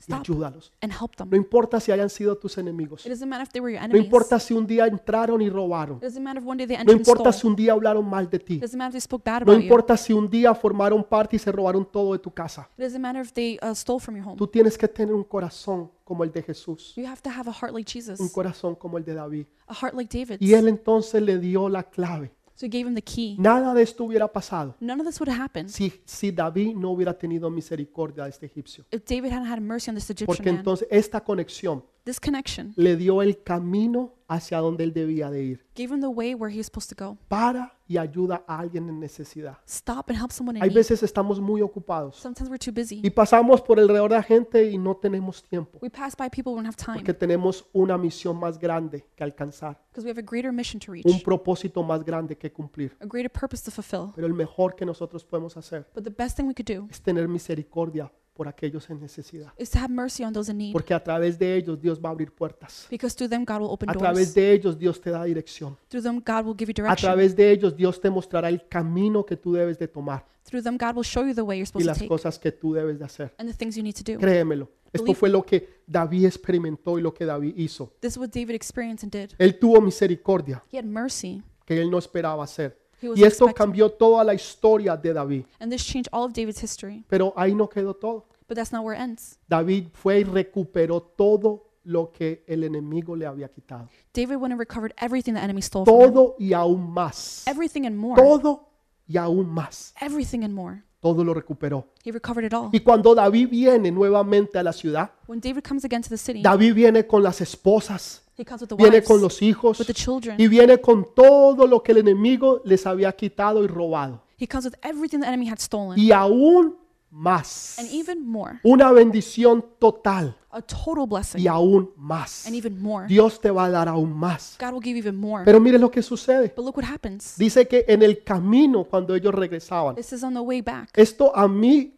A: y
B: Stop.
A: ayúdalos.
B: and help them.
A: No importa si hayan sido tus enemigos.
B: It doesn't matter if they were your
A: No
B: enemies.
A: importa si un día entraron y robaron.
B: It doesn't matter if one day they
A: No
B: entered and stole.
A: importa si un día hablaron mal de ti.
B: It doesn't matter if they spoke bad
A: No
B: about you.
A: importa si un día formaron parte y se robaron todo de tu casa.
B: It doesn't matter if they uh, stole from your home.
A: Tú tienes que tener un corazón como el de Jesús,
B: You have to have a heart
A: un
B: like Jesus,
A: corazón como el de David.
B: a heart like David's.
A: Y él entonces le dio la clave
B: So he gave him the key.
A: Nada de esto hubiera pasado
B: None of this would have happened
A: si, si David no hubiera tenido misericordia de este egipcio.
B: if David hadn't had mercy on this Egyptian
A: Porque
B: man.
A: entonces esta conexión
B: This connection
A: le dio el camino hacia donde él debía de ir.
B: gave him the way where he was supposed to go.
A: Para y ayuda a alguien en necesidad.
B: Stop and help someone in
A: Hay
B: need.
A: veces estamos muy ocupados
B: Sometimes we're too busy.
A: y pasamos por alrededor de la gente y no tenemos tiempo.
B: We pass by people we don't have time
A: Porque tenemos una misión más grande que alcanzar,
B: because we have a greater mission to
A: un
B: reach,
A: propósito más grande que cumplir.
B: a greater purpose to fulfill.
A: Pero el mejor que nosotros podemos hacer
B: But the best thing we could do
A: es tener misericordia por aquellos en necesidad.
B: is to have mercy on those in need
A: Porque a través de ellos Dios va a abrir puertas.
B: because through them God will open
A: A través
B: doors.
A: de ellos Dios te da dirección.
B: Through them God will give
A: A
B: you direction.
A: través de ellos Dios te mostrará el camino que tú debes de tomar
B: Through them God will show you the way you're
A: y
B: supposed to
A: las
B: take
A: cosas que tú debes de hacer.
B: and the things you need to do.
A: Créemelo. Esto
B: Believe-
A: fue lo que David experimentó y lo que David hizo.
B: This is what David experienced and did.
A: Él tuvo misericordia
B: He had mercy.
A: que él no esperaba hacer.
B: He was
A: Y esto
B: expecting-
A: cambió toda la historia de David.
B: And this changed all of David's history.
A: Pero ahí no quedó todo.
B: But that's not where it ends.
A: David fue y recuperó todo lo que el enemigo le había quitado.
B: David went and recovered everything the enemy stole from him.
A: Todo y aún más.
B: Everything and more.
A: Todo y aún más.
B: Everything and more.
A: Todo lo recuperó.
B: He recovered it all.
A: Y cuando David viene nuevamente a la ciudad,
B: When David comes again to the city,
A: David viene con las esposas,
B: he comes with the
A: viene con
B: wives,
A: los hijos
B: with the children.
A: y viene con todo lo que el enemigo les había quitado y robado.
B: He comes with everything the enemy had stolen
A: Y aún más.
B: and even more.
A: Una bendición total
B: A total blessing
A: y aún más.
B: and even more.
A: Dios te va a dar aún más.
B: God will give you even more.
A: Pero mire lo que sucede.
B: But look what happens.
A: Dice que en el camino cuando ellos regresaban,
B: This is on the way back.
A: esto a mí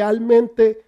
A: realmente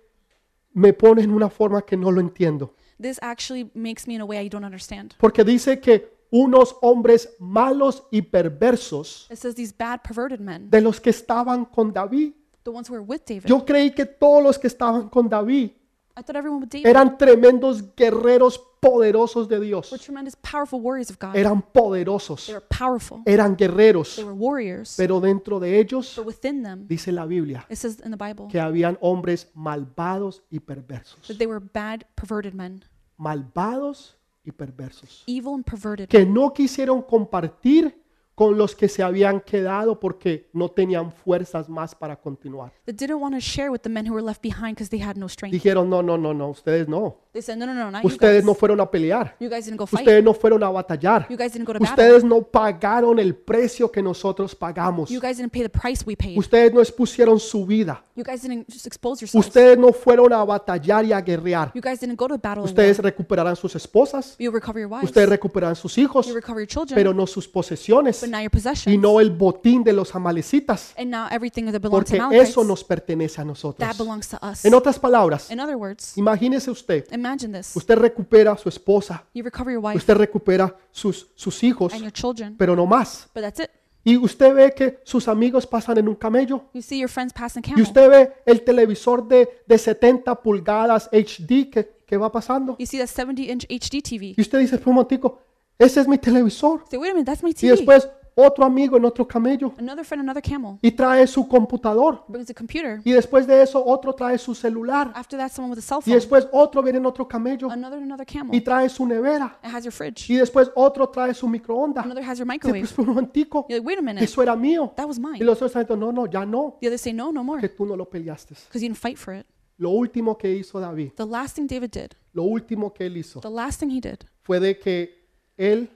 A: me pone en una forma que no lo entiendo.
B: This actually makes me in a way I don't understand.
A: Porque dice que unos hombres malos y perversos
B: It says these bad, perverted men,
A: de los que estaban con David.
B: the ones who were with David.
A: Yo creí que todos los que estaban con David
B: I thought everyone with David
A: eran tremendos guerreros poderosos de
B: were
A: Dios.
B: tremendous, powerful warriors of God.
A: Eran poderosos,
B: They were powerful.
A: eran guerreros,
B: They were warriors.
A: pero dentro de ellos
B: But within them,
A: dice la Biblia
B: it says in the Bible
A: que habían hombres malvados y perversos.
B: that they were bad, perverted men,
A: malvados y perversos,
B: evil and perverted,
A: que no quisieron compartir con los que se habían quedado porque no tenían fuerzas más para continuar.
B: that didn't want to share with the men who were left behind because they had no strength.
A: Dijeron, no, no, no, no, ustedes no.
B: They said, no, no, no, not you
A: Ustedes
B: guys.
A: no fueron a pelear.
B: You guys didn't go fight.
A: Ustedes no fueron a batallar.
B: You guys didn't go to battle.
A: Ustedes no pagaron el precio que nosotros pagamos.
B: You guys didn't pay the price we paid.
A: Ustedes no expusieron su vida.
B: You guys didn't just expose yourselves.
A: Ustedes no fueron a batallar y a guerrear.
B: You guys didn't go to battle. and
A: Ustedes
B: war.
A: recuperarán sus esposas.
B: You recover your wives.
A: Ustedes recuperarán sus hijos,
B: You recover your children.
A: pero no sus posesiones.
B: But now your
A: y
B: possessions.
A: no el botín de los amalecitas,
B: And now everything that belongs to
A: porque
B: Malachi.
A: eso nos pertenece a nosotros.
B: That belongs to us.
A: En otras palabras,
B: In other words,
A: imagínese usted,
B: imagine this.
A: usted recupera a su esposa,
B: You recover your wife
A: usted recupera sus, sus hijos,
B: and your children.
A: pero no más.
B: But that's it.
A: Y usted ve que sus amigos pasan en un camello.
B: You see your friends passing
A: Y
B: camel.
A: usted ve el televisor de, de 70 pulgadas HD que, que va pasando.
B: You see that 70-inch HD TV.
A: Y usted dice, "Espera un momentico, ese es mi televisor.
B: Say, wait a minute, that's my
A: Y
B: TV.
A: después otro amigo en otro camello
B: Another friend, another camel.
A: y trae su computador.
B: Brings a computer.
A: Y después de eso otro trae su celular.
B: After that, someone with a cell
A: Y
B: phone.
A: después otro viene en otro camello
B: Another, another camel.
A: y trae su nevera.
B: It has your fridge.
A: Y después otro trae su microondas.
B: Another has your
A: Dice, Pues
B: microwave.
A: un momentico,
B: You're like, wait a minute,
A: eso era mío.
B: that was mine.
A: Y los otros están diciendo, no, no, ya no,
B: The others say, no, no more,
A: que tú no lo peleaste.
B: because you didn't fight for it.
A: Lo último que hizo David,
B: The last thing David did,
A: lo último que él hizo
B: the last thing he did,
A: fue de que él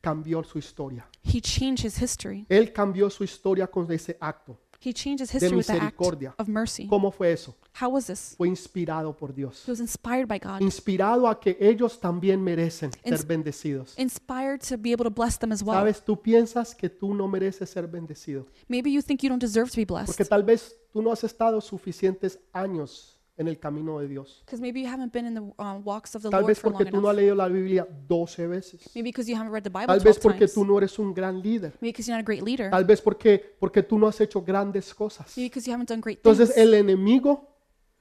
A: cambió su historia.
B: he changed his history.
A: Él cambió su historia con ese acto.
B: He changed his history with the act
A: misericordia.
B: of mercy.
A: ¿Cómo fue eso?
B: How was this?
A: Fue inspirado por Dios.
B: He was inspired by
A: Mm.
B: God,
A: Inspirado a que ellos también merecen ser
B: Ins-
A: bendecidos.
B: inspired to be able to bless them as well.
A: Sabes, tú piensas que tú no mereces ser bendecido.
B: Maybe you think you don't deserve to be
A: Porque
B: blessed,
A: tal vez tú no has estado suficientes años en el camino de Dios.
B: because maybe you haven't been in the uh, walks of the
A: Tal
B: Lord
A: vez
B: for
A: porque
B: long
A: tú no has
B: enough.
A: leído la Biblia 12 veces.
B: Maybe because you haven't read the Bible
A: Tal vez
B: 12
A: porque
B: times.
A: tú no eres un gran líder.
B: Maybe because you're not a great leader.
A: Tal vez porque, porque tú no has hecho grandes cosas.
B: Maybe because you haven't done great things.
A: Entonces el enemigo,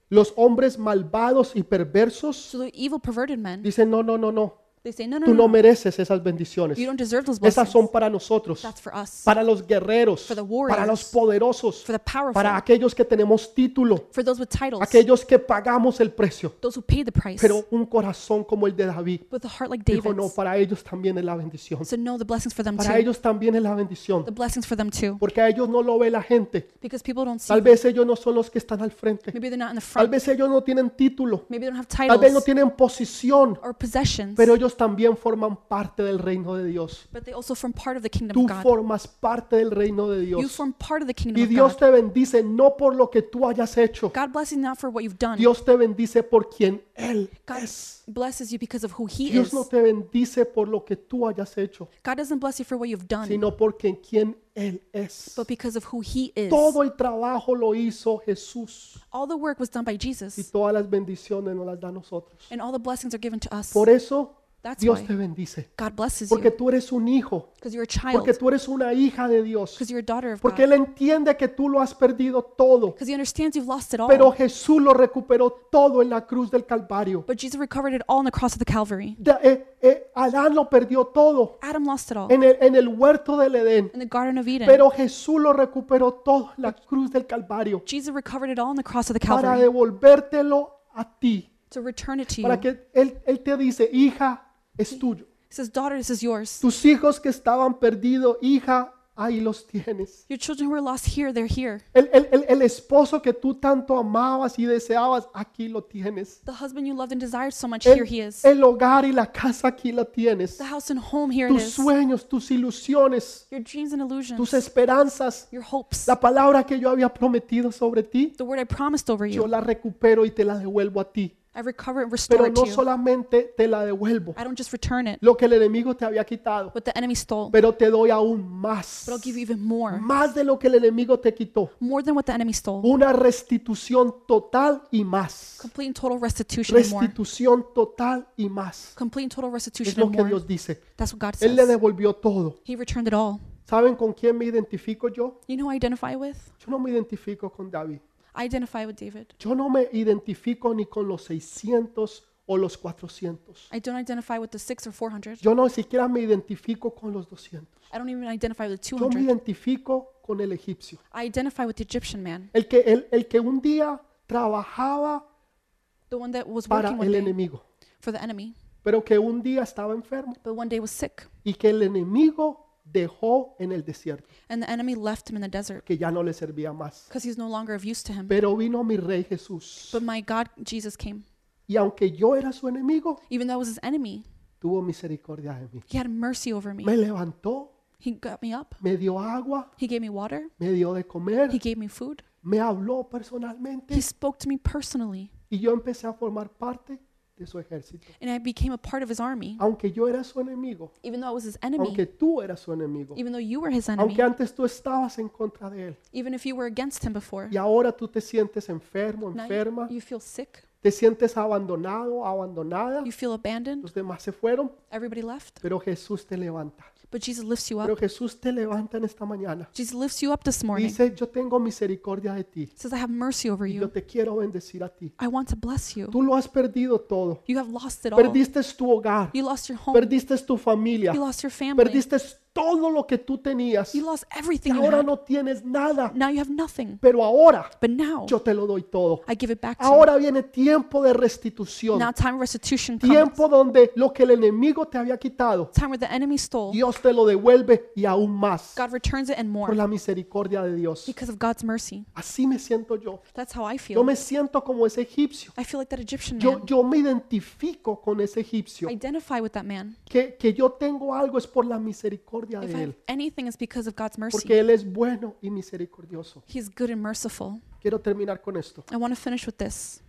A: los hombres malvados y perversos,
B: So the evil, perverted men
A: dicen, no, no, no, no.
B: They say, no, no,
A: Tú
B: no,
A: no
B: no.
A: mereces esas bendiciones.
B: You don't deserve those
A: Esas
B: blessings.
A: son para nosotros,
B: That's for us.
A: para los guerreros,
B: For the warriors.
A: para los poderosos,
B: for the powerful.
A: para aquellos que tenemos título,
B: for those with titles.
A: aquellos que pagamos el precio.
B: those who pay the price.
A: Pero un corazón como el de David
B: with a heart like
A: dijo,
B: David's.
A: no, para ellos también es la bendición.
B: so no, the blessings for them
A: Para
B: too.
A: ellos también es la bendición.
B: the blessings for them too.
A: Porque a ellos no lo ve la gente.
B: Because people don't see.
A: Tal vez ellos no son los que están al frente.
B: maybe they're not in the
A: Tal
B: front.
A: vez ellos no tienen título.
B: maybe they don't have
A: Tal
B: titles
A: vez no tienen posición.
B: or possessions.
A: Pero ellos también forman parte del reino de Dios.
B: but they also form part of the kingdom
A: Tú
B: of God.
A: formas parte del reino de
B: you
A: Dios.
B: form part of the kingdom
A: Y
B: of
A: Dios
B: God.
A: te bendice no por lo que tú hayas hecho.
B: God blesses you not for what you've done.
A: Dios te bendice por quien Él
B: God
A: es.
B: blesses you because of who He
A: Dios
B: is.
A: no te bendice por lo que tú hayas hecho,
B: God doesn't bless you for what you've done,
A: sino por quien- quien Él es.
B: but because of who He is.
A: Todo el trabajo lo hizo Jesús
B: All the work was done by
A: y
B: Jesus,
A: todas las bendiciones nos las da a nosotros.
B: and all the blessings are given to us.
A: Por eso
B: That's
A: Dios
B: why.
A: te bendice,
B: God blesses
A: porque
B: you
A: tú eres un hijo,
B: because you're a child,
A: porque tú eres una hija de Dios,
B: because you're a daughter of
A: porque Él
B: God,
A: entiende que tú lo has perdido todo,
B: because He understands you've lost it
A: pero
B: all.
A: Jesús lo recuperó todo en la cruz del Calvario.
B: But Jesus recovered it all on the cross of the Calvary.
A: Da- eh, eh, Adán lo perdió todo
B: Adam lost it all
A: en el, en el huerto del Edén,
B: in the Garden of Eden.
A: pero Jesús lo recuperó todo en la cruz del Calvario
B: Jesus recovered it all on the cross of the
A: para
B: Calvary
A: devolvértelo a ti.
B: to return it to you.
A: para
B: He
A: que él, él te dice, hija, es tuyo.
B: says, Daughter, this is yours.
A: Tus hijos que estaban perdidos, hija, ahí los tienes.
B: Your children who are lost here, they're here.
A: El, el- el- el esposo que tú tanto amabas y deseabas, aquí lo tienes.
B: The husband you loved and desired so much, here
A: El,
B: he is.
A: el hogar y la casa, aquí la tienes.
B: The house and home, here it
A: Tus
B: is.
A: sueños, tus ilusiones,
B: Your dreams and
A: tus
B: illusions,
A: esperanzas,
B: your hopes,
A: la palabra que yo había prometido sobre ti,
B: the word I promised over
A: yo
B: you,
A: la recupero y te la devuelvo a ti.
B: I recover and restore
A: Pero
B: it to
A: no
B: you.
A: solamente te la devuelvo,
B: I don't just return it,
A: lo que el enemigo te había quitado,
B: what the enemy stole, but
A: pero te doy aún más.
B: I'll give you even more,
A: más de lo que el enemigo te quitó.
B: more than what the enemy stole.
A: Una restitución total y más.
B: Complete and total restitution and more.
A: Restitución total y más.
B: Complete and total
A: Es
B: restitution
A: lo
B: and
A: que
B: more.
A: Dios dice.
B: That's what God
A: Él le
B: says.
A: devolvió todo.
B: He returned it all.
A: ¿Saben con quién me identifico yo?
B: You know who I identify with?
A: Yo no me identifico con David.
B: I identify with David.
A: Yo no me identifico ni con los 600 o los 400.
B: I don't identify with the six or four hundred.
A: Yo no siquiera me identifico con los 200.
B: I don't even identify with the two
A: Yo me
B: hundred.
A: identifico con el egipcio.
B: I identify with the Egyptian man,
A: El que, el, el que un día trabajaba
B: the one that was
A: para
B: working one
A: el
B: day
A: enemigo,
B: for the enemy,
A: pero que un día estaba enfermo.
B: but one day was sick,
A: y que el enemigo dejó en el desierto,
B: and the enemy left him in the desert.
A: que ya no le servía más.
B: because he's no longer of use to him.
A: Pero vino mi rey Jesús
B: But my God, Jesus came.
A: y aunque yo era su enemigo,
B: Even though I was his enemy,
A: tuvo misericordia de mí.
B: he had mercy over me.
A: Me levantó,
B: He got me up.
A: me dio agua,
B: He gave me water.
A: me dio de
B: He
A: comer,
B: gave me food.
A: me habló personalmente
B: He spoke to me personally,
A: y yo empecé a formar parte de su ejército.
B: and I became a part of his army.
A: Aunque yo era su enemigo,
B: Even though I was his enemy,
A: aunque tú eras su enemigo,
B: even though you were his enemy,
A: aunque antes tú estabas en contra de él
B: even if you were against him before,
A: y ahora tú te sientes enfermo,
B: now you-
A: enferma,
B: you feel sick,
A: te sientes abandonado, abandonada,
B: you feel abandoned,
A: los demás se fueron,
B: everybody left.
A: Pero Jesús te levanta.
B: But Jesus lifts you
A: Pero
B: up.
A: Jesús te levanta en esta mañana.
B: Jesus lifts you up this morning.
A: Dice, yo tengo misericordia de ti.
B: says, I have mercy over
A: Y yo
B: you.
A: te quiero bendecir a ti.
B: I want to bless you.
A: Tú lo has perdido todo.
B: You have lost it all.
A: Perdiste tu hogar.
B: You lost your home.
A: Perdiste tu familia.
B: You lost your family.
A: Perdiste todo lo que tú tenías.
B: You lost everything you
A: Ahora
B: had.
A: no tienes nada.
B: Now you have nothing.
A: Pero ahora
B: But now
A: yo te lo doy todo.
B: I give it back to
A: Ahora viene tiempo de
B: you.
A: restitución.
B: Now time of restitution comes.
A: Tiempo donde lo que el enemigo te había quitado,
B: Time where the enemy stole.
A: Dios te lo devuelve y aún más.
B: Oh. God returns it and
A: Por
B: more
A: la misericordia de Dios.
B: because of God's mercy.
A: Así me siento yo.
B: That's how I
A: Yo
B: feel.
A: me siento como ese egipcio.
B: I feel like that Egyptian
A: Yo,
B: man.
A: yo me identifico con ese egipcio.
B: I identify with that man.
A: Que, que yo tengo algo es por la misericordia
B: If
A: de
B: I have
A: Él.
B: anything, it's because of God's mercy.
A: Porque Él es bueno y misericordioso.
B: He's good and merciful.
A: Quiero terminar con esto.
B: I want to finish with this.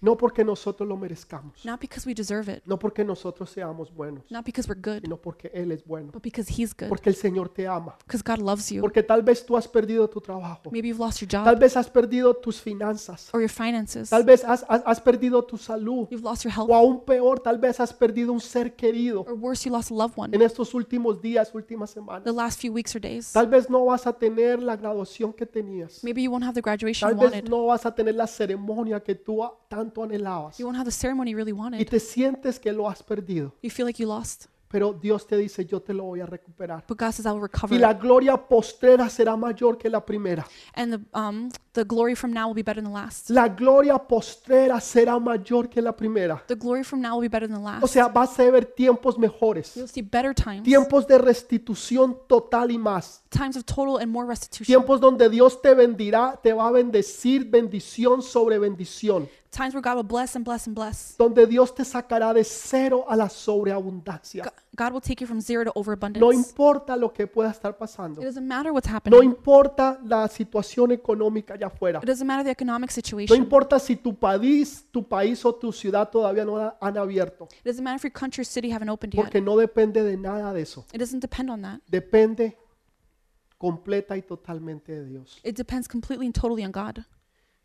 A: No porque nosotros lo merezcamos.
B: Not because we deserve it,
A: No porque nosotros seamos buenos.
B: not because we're good,
A: Sino porque Él es bueno.
B: but because He's good.
A: Porque el Señor te ama.
B: Because God loves you.
A: Porque tal vez tú has perdido tu trabajo.
B: Maybe you've lost your
A: Tal
B: job
A: vez has perdido tus finanzas.
B: or your finances.
A: Tal vez has, has- has perdido tu salud.
B: You've lost your
A: O
B: health.
A: aún peor, tal vez has perdido un ser querido
B: Or worse, you lost a loved one
A: en estos últimos días, últimas semanas.
B: the last few weeks or days.
A: Tal vez no vas a tener la graduación que tenías.
B: Maybe you won't have the graduation
A: Tal
B: you
A: vez
B: wanted.
A: no vas a tener la ceremonia que tú a- tan- tanto anhelabas
B: You won't have the ceremony you really
A: y
B: wanted.
A: te sientes que lo has perdido.
B: You feel like you lost.
A: Pero Dios te dice, yo te lo voy a recuperar.
B: But God says, I will recover.
A: Y
B: it."
A: la gloria postrera será mayor que la primera.
B: And the, um, the glory from now will be better than the last.
A: La gloria postrera será mayor que la primera.
B: The glory from now will be better than the
A: O
B: last.
A: sea, vas a ver tiempos mejores,
B: You'll see better times,
A: tiempos de restitución total y más.
B: times of total and more restitution,
A: Tiempos donde Dios te bendirá, te va a bendecir bendición sobre bendición.
B: times where God will bless and bless and bless.
A: Donde Dios te sacará de cero a la sobreabundancia.
B: Go- God will take you from zero to
A: No
B: overabundance.
A: importa lo que pueda estar pasando.
B: It doesn't matter what's
A: No
B: happening.
A: importa la situación económica allá afuera.
B: It doesn't matter the economic
A: No
B: situation.
A: importa si tu país, tu país o tu ciudad todavía no la han abierto.
B: It doesn't matter if your country or city haven't opened yet.
A: Porque no depende de nada de eso.
B: It doesn't depend on that.
A: Depende completa y totalmente de Dios.
B: It depends completely and totally on God.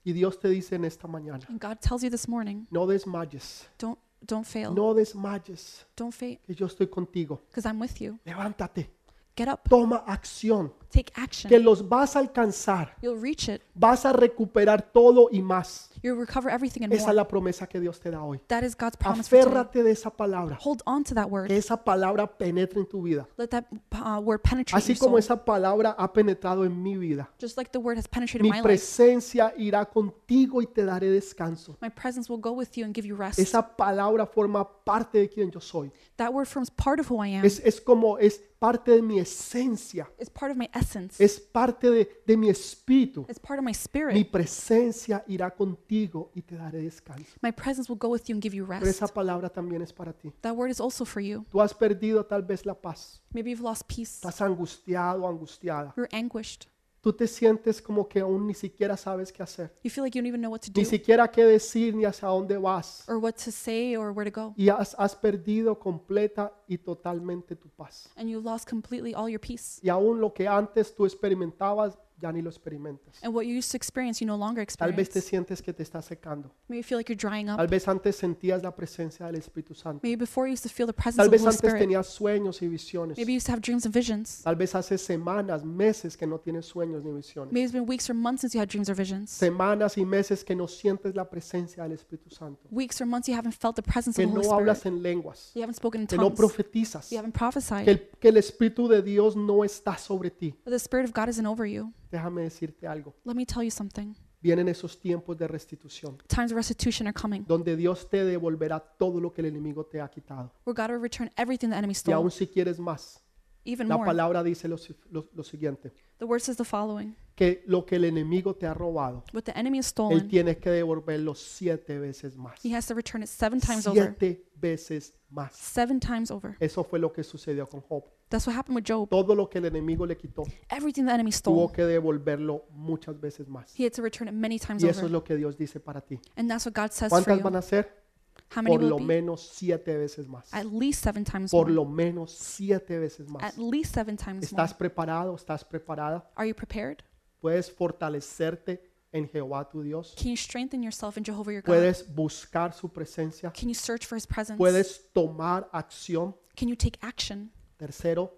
A: Y Dios te dice en esta mañana,
B: And God tells you this morning,
A: no desmayes,
B: don't don't fail.
A: no desmayes,
B: Don't fail
A: que yo estoy contigo.
B: because I'm with you.
A: Levántate,
B: Get up.
A: toma acción,
B: Take
A: que
B: action.
A: los vas a alcanzar,
B: You'll reach it.
A: vas a recuperar todo y más.
B: You'll recover everything and
A: Esa es
B: more.
A: la promesa que Dios te da hoy.
B: That is God's promise for today.
A: Aférrate Eh. de esa palabra,
B: Hold on to that
A: que
B: word.
A: esa palabra penetre en tu vida.
B: Let that uh, word penetrate
A: Así
B: your
A: como
B: soul.
A: esa palabra ha penetrado en mi vida,
B: Just like the word has penetrated
A: mi
B: my life,
A: presencia irá contigo y te daré descanso.
B: my presence will go with you and give you rest.
A: Esa palabra forma parte de quien yo soy.
B: That word forms part of who I am.
A: Es, es como, es parte de mi esencia,
B: It's part of my essence.
A: es parte de, de mi espíritu.
B: It's part of my
A: Mi
B: spirit.
A: presencia irá contigo y te daré descanso.
B: My presence will go with you and give you
A: Pero
B: rest.
A: esa palabra también es para ti.
B: That word is also for you.
A: Tú has perdido tal vez la paz.
B: Maybe you've lost peace.
A: Estás angustiado, angustiada.
B: You're anguished.
A: Tú te sientes como que aún ni siquiera sabes qué hacer.
B: You feel like you don't even know what to
A: Ni
B: do
A: siquiera qué decir ni hacia dónde vas.
B: or what to say or where to go.
A: y has, has perdido completa y totalmente tu paz.
B: And you've lost completely all your peace.
A: Y aún lo que antes tú experimentabas, ya ni lo experimentas.
B: And what you used to experience, you no longer
A: Tal vez te
B: experience.
A: sientes que te estás secando.
B: Maybe you feel like you're drying
A: Tal
B: up.
A: vez antes sentías la presencia del Espíritu Santo.
B: Maybe before you used to feel the presence
A: Tal
B: of the
A: vez
B: Holy
A: antes
B: Spirit.
A: tenías sueños y visiones.
B: Maybe you used to have dreams and visions.
A: Tal vez hace semanas, meses que no tienes sueños ni visiones.
B: Maybe it's been weeks or months since you had dreams or visions.
A: Semanas y meses que no sientes la presencia del Espíritu Santo.
B: Weeks or months you haven't felt the presence
A: Que
B: of the
A: no
B: Holy Spirit.
A: hablas en lenguas.
B: You haven't spoken in
A: Que no
B: tongues.
A: profetizas.
B: You haven't
A: Que
B: prophesied.
A: el- que el Espíritu de Dios no está sobre ti.
B: But the Spirit of God isn't over you.
A: Déjame decirte algo.
B: Let me tell you something.
A: Vienen esos tiempos de restitución.
B: Times of restitution are coming,
A: donde Dios te devolverá todo lo que el enemigo te ha quitado.
B: where God will return everything the enemy
A: Y
B: stole,
A: aún si quieres más,
B: even
A: la
B: more.
A: palabra dice lo, si- lo- lo siguiente,
B: The word says the following
A: que lo que el enemigo te ha robado,
B: What the enemy has
A: él
B: stolen,
A: tiene que devolverlo siete veces más.
B: he has to return it seven times over.
A: Siete veces más.
B: Seven times over.
A: Eso fue lo que sucedió con Job.
B: That's what happened with Job.
A: Todo lo que el enemigo le quitó,
B: Everything the enemy
A: tuvo
B: stole,
A: que devolverlo muchas veces más.
B: he had to return it many times
A: Y eso es
B: over.
A: lo que Dios dice para ti.
B: And that's what God says for
A: ¿Cuántas van
B: you.
A: a ser?
B: How many
A: Por
B: will
A: lo
B: it be?
A: menos siete veces más.
B: At least seven times
A: Por
B: more.
A: lo menos siete veces más.
B: At least seven times more.
A: ¿Estás preparado? ¿Estás preparada?
B: Are you prepared?
A: Puedes fortalecerte en Jehová tu Dios.
B: Can you strengthen yourself in Jehovah your God?
A: Puedes buscar su presencia.
B: Can you search for his presence?
A: Puedes tomar acción.
B: Can you take action
A: Tercero,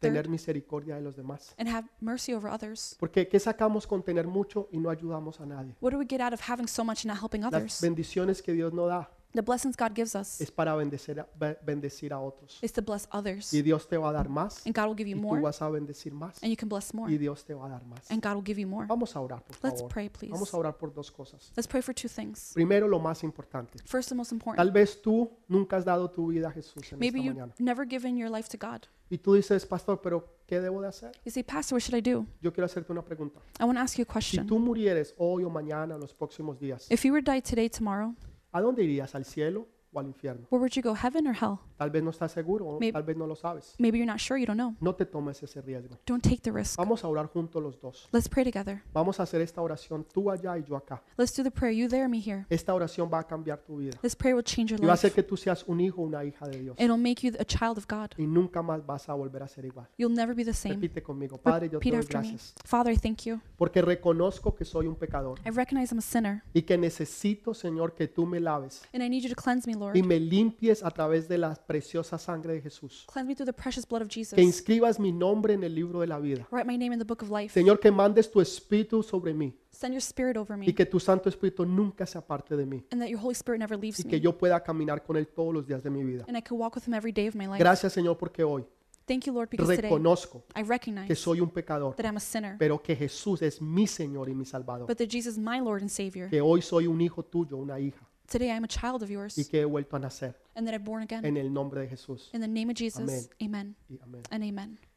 A: tener misericordia de los demás.
B: and have mercy over others?
A: Porque ¿qué sacamos con tener mucho y no ayudamos a nadie?
B: What do we get out of having so much and not helping
A: Las
B: others?
A: bendiciones que Dios nos da
B: The blessings God gives us
A: es para bendecir a, be- bendecir a otros.
B: is to bless others,
A: Y Dios te va a dar más.
B: and God will give
A: Y
B: you
A: tú
B: more,
A: vas a bendecir más.
B: and you can bless more,
A: Y Dios te va a dar más.
B: and God will give you more.
A: Vamos a orar, por
B: Let's
A: favor.
B: pray, please.
A: Vamos a orar por dos cosas.
B: Let's pray for two things.
A: Primero, lo más importante.
B: First, the most
A: Tal
B: important.
A: vez tú nunca has dado tu vida a Jesús en esta
B: Maybe you've
A: mañana.
B: never given your life to God.
A: Y tú dices, pastor, pero ¿qué debo de hacer?
B: You say, Pastor, what should I do?
A: Yo quiero hacerte una pregunta.
B: I want to ask you a
A: Si
B: question.
A: tú murieres hoy o mañana, en los próximos días,
B: If you were to die today, tomorrow,
A: ¿a dónde irías? ¿Al cielo o al infierno?
B: where would you go, heaven or hell?
A: Tal vez no estás seguro, o
B: Maybe-
A: tal vez no lo sabes.
B: Maybe you're not sure, you don't know.
A: No te tomes ese riesgo.
B: Don't take the risk.
A: Vamos a orar juntos los dos.
B: Let's pray together.
A: Vamos a hacer esta oración tú allá y yo acá.
B: Let's do the prayer. You there, me here.
A: Esta oración va a cambiar tu vida.
B: This prayer will change your
A: Y va a
B: life.
A: hacer que tú seas un hijo o una hija de Dios.
B: It'll make you a child of God.
A: Y nunca más vas a volver a ser igual.
B: You'll never be the same.
A: Repite conmigo, Padre, yo te
B: Repeat
A: doy
B: after me.
A: gracias.
B: Father, I thank you.
A: Porque reconozco que soy un pecador
B: I recognize I'm a sinner,
A: y que necesito, Señor, que tú me laves.
B: and I need you to cleanse me, Lord.
A: y me limpies a través de la preciosa sangre de Jesús.
B: Cleanse me through the precious blood of
A: Que
B: Jesus.
A: inscribas mi nombre en el libro de la vida.
B: Write my name in the book of life.
A: Señor, que mandes tu espíritu sobre mí
B: Send your spirit over
A: y
B: me.
A: que tu Santo Espíritu nunca se aparte de mí
B: And that your Holy Spirit never leaves
A: y que
B: me.
A: yo pueda caminar con Él todos los días de mi vida.
B: And I can walk with him every day of my life.
A: Gracias Señor porque hoy
B: Thank you, Lord, because today
A: reconozco
B: I
A: que
B: recognize
A: soy un pecador,
B: that I'm a sinner,
A: pero que Jesús es mi Señor y mi Salvador,
B: but that Jesus is my Lord and Savior.
A: que hoy soy un hijo tuyo, una hija
B: Today I'm a child of
A: y
B: yours
A: que he vuelto a nacer
B: and that I'm born again.
A: en el nombre de Jesús.
B: In the name of Jesus, amen
A: Y amén.
B: and amen.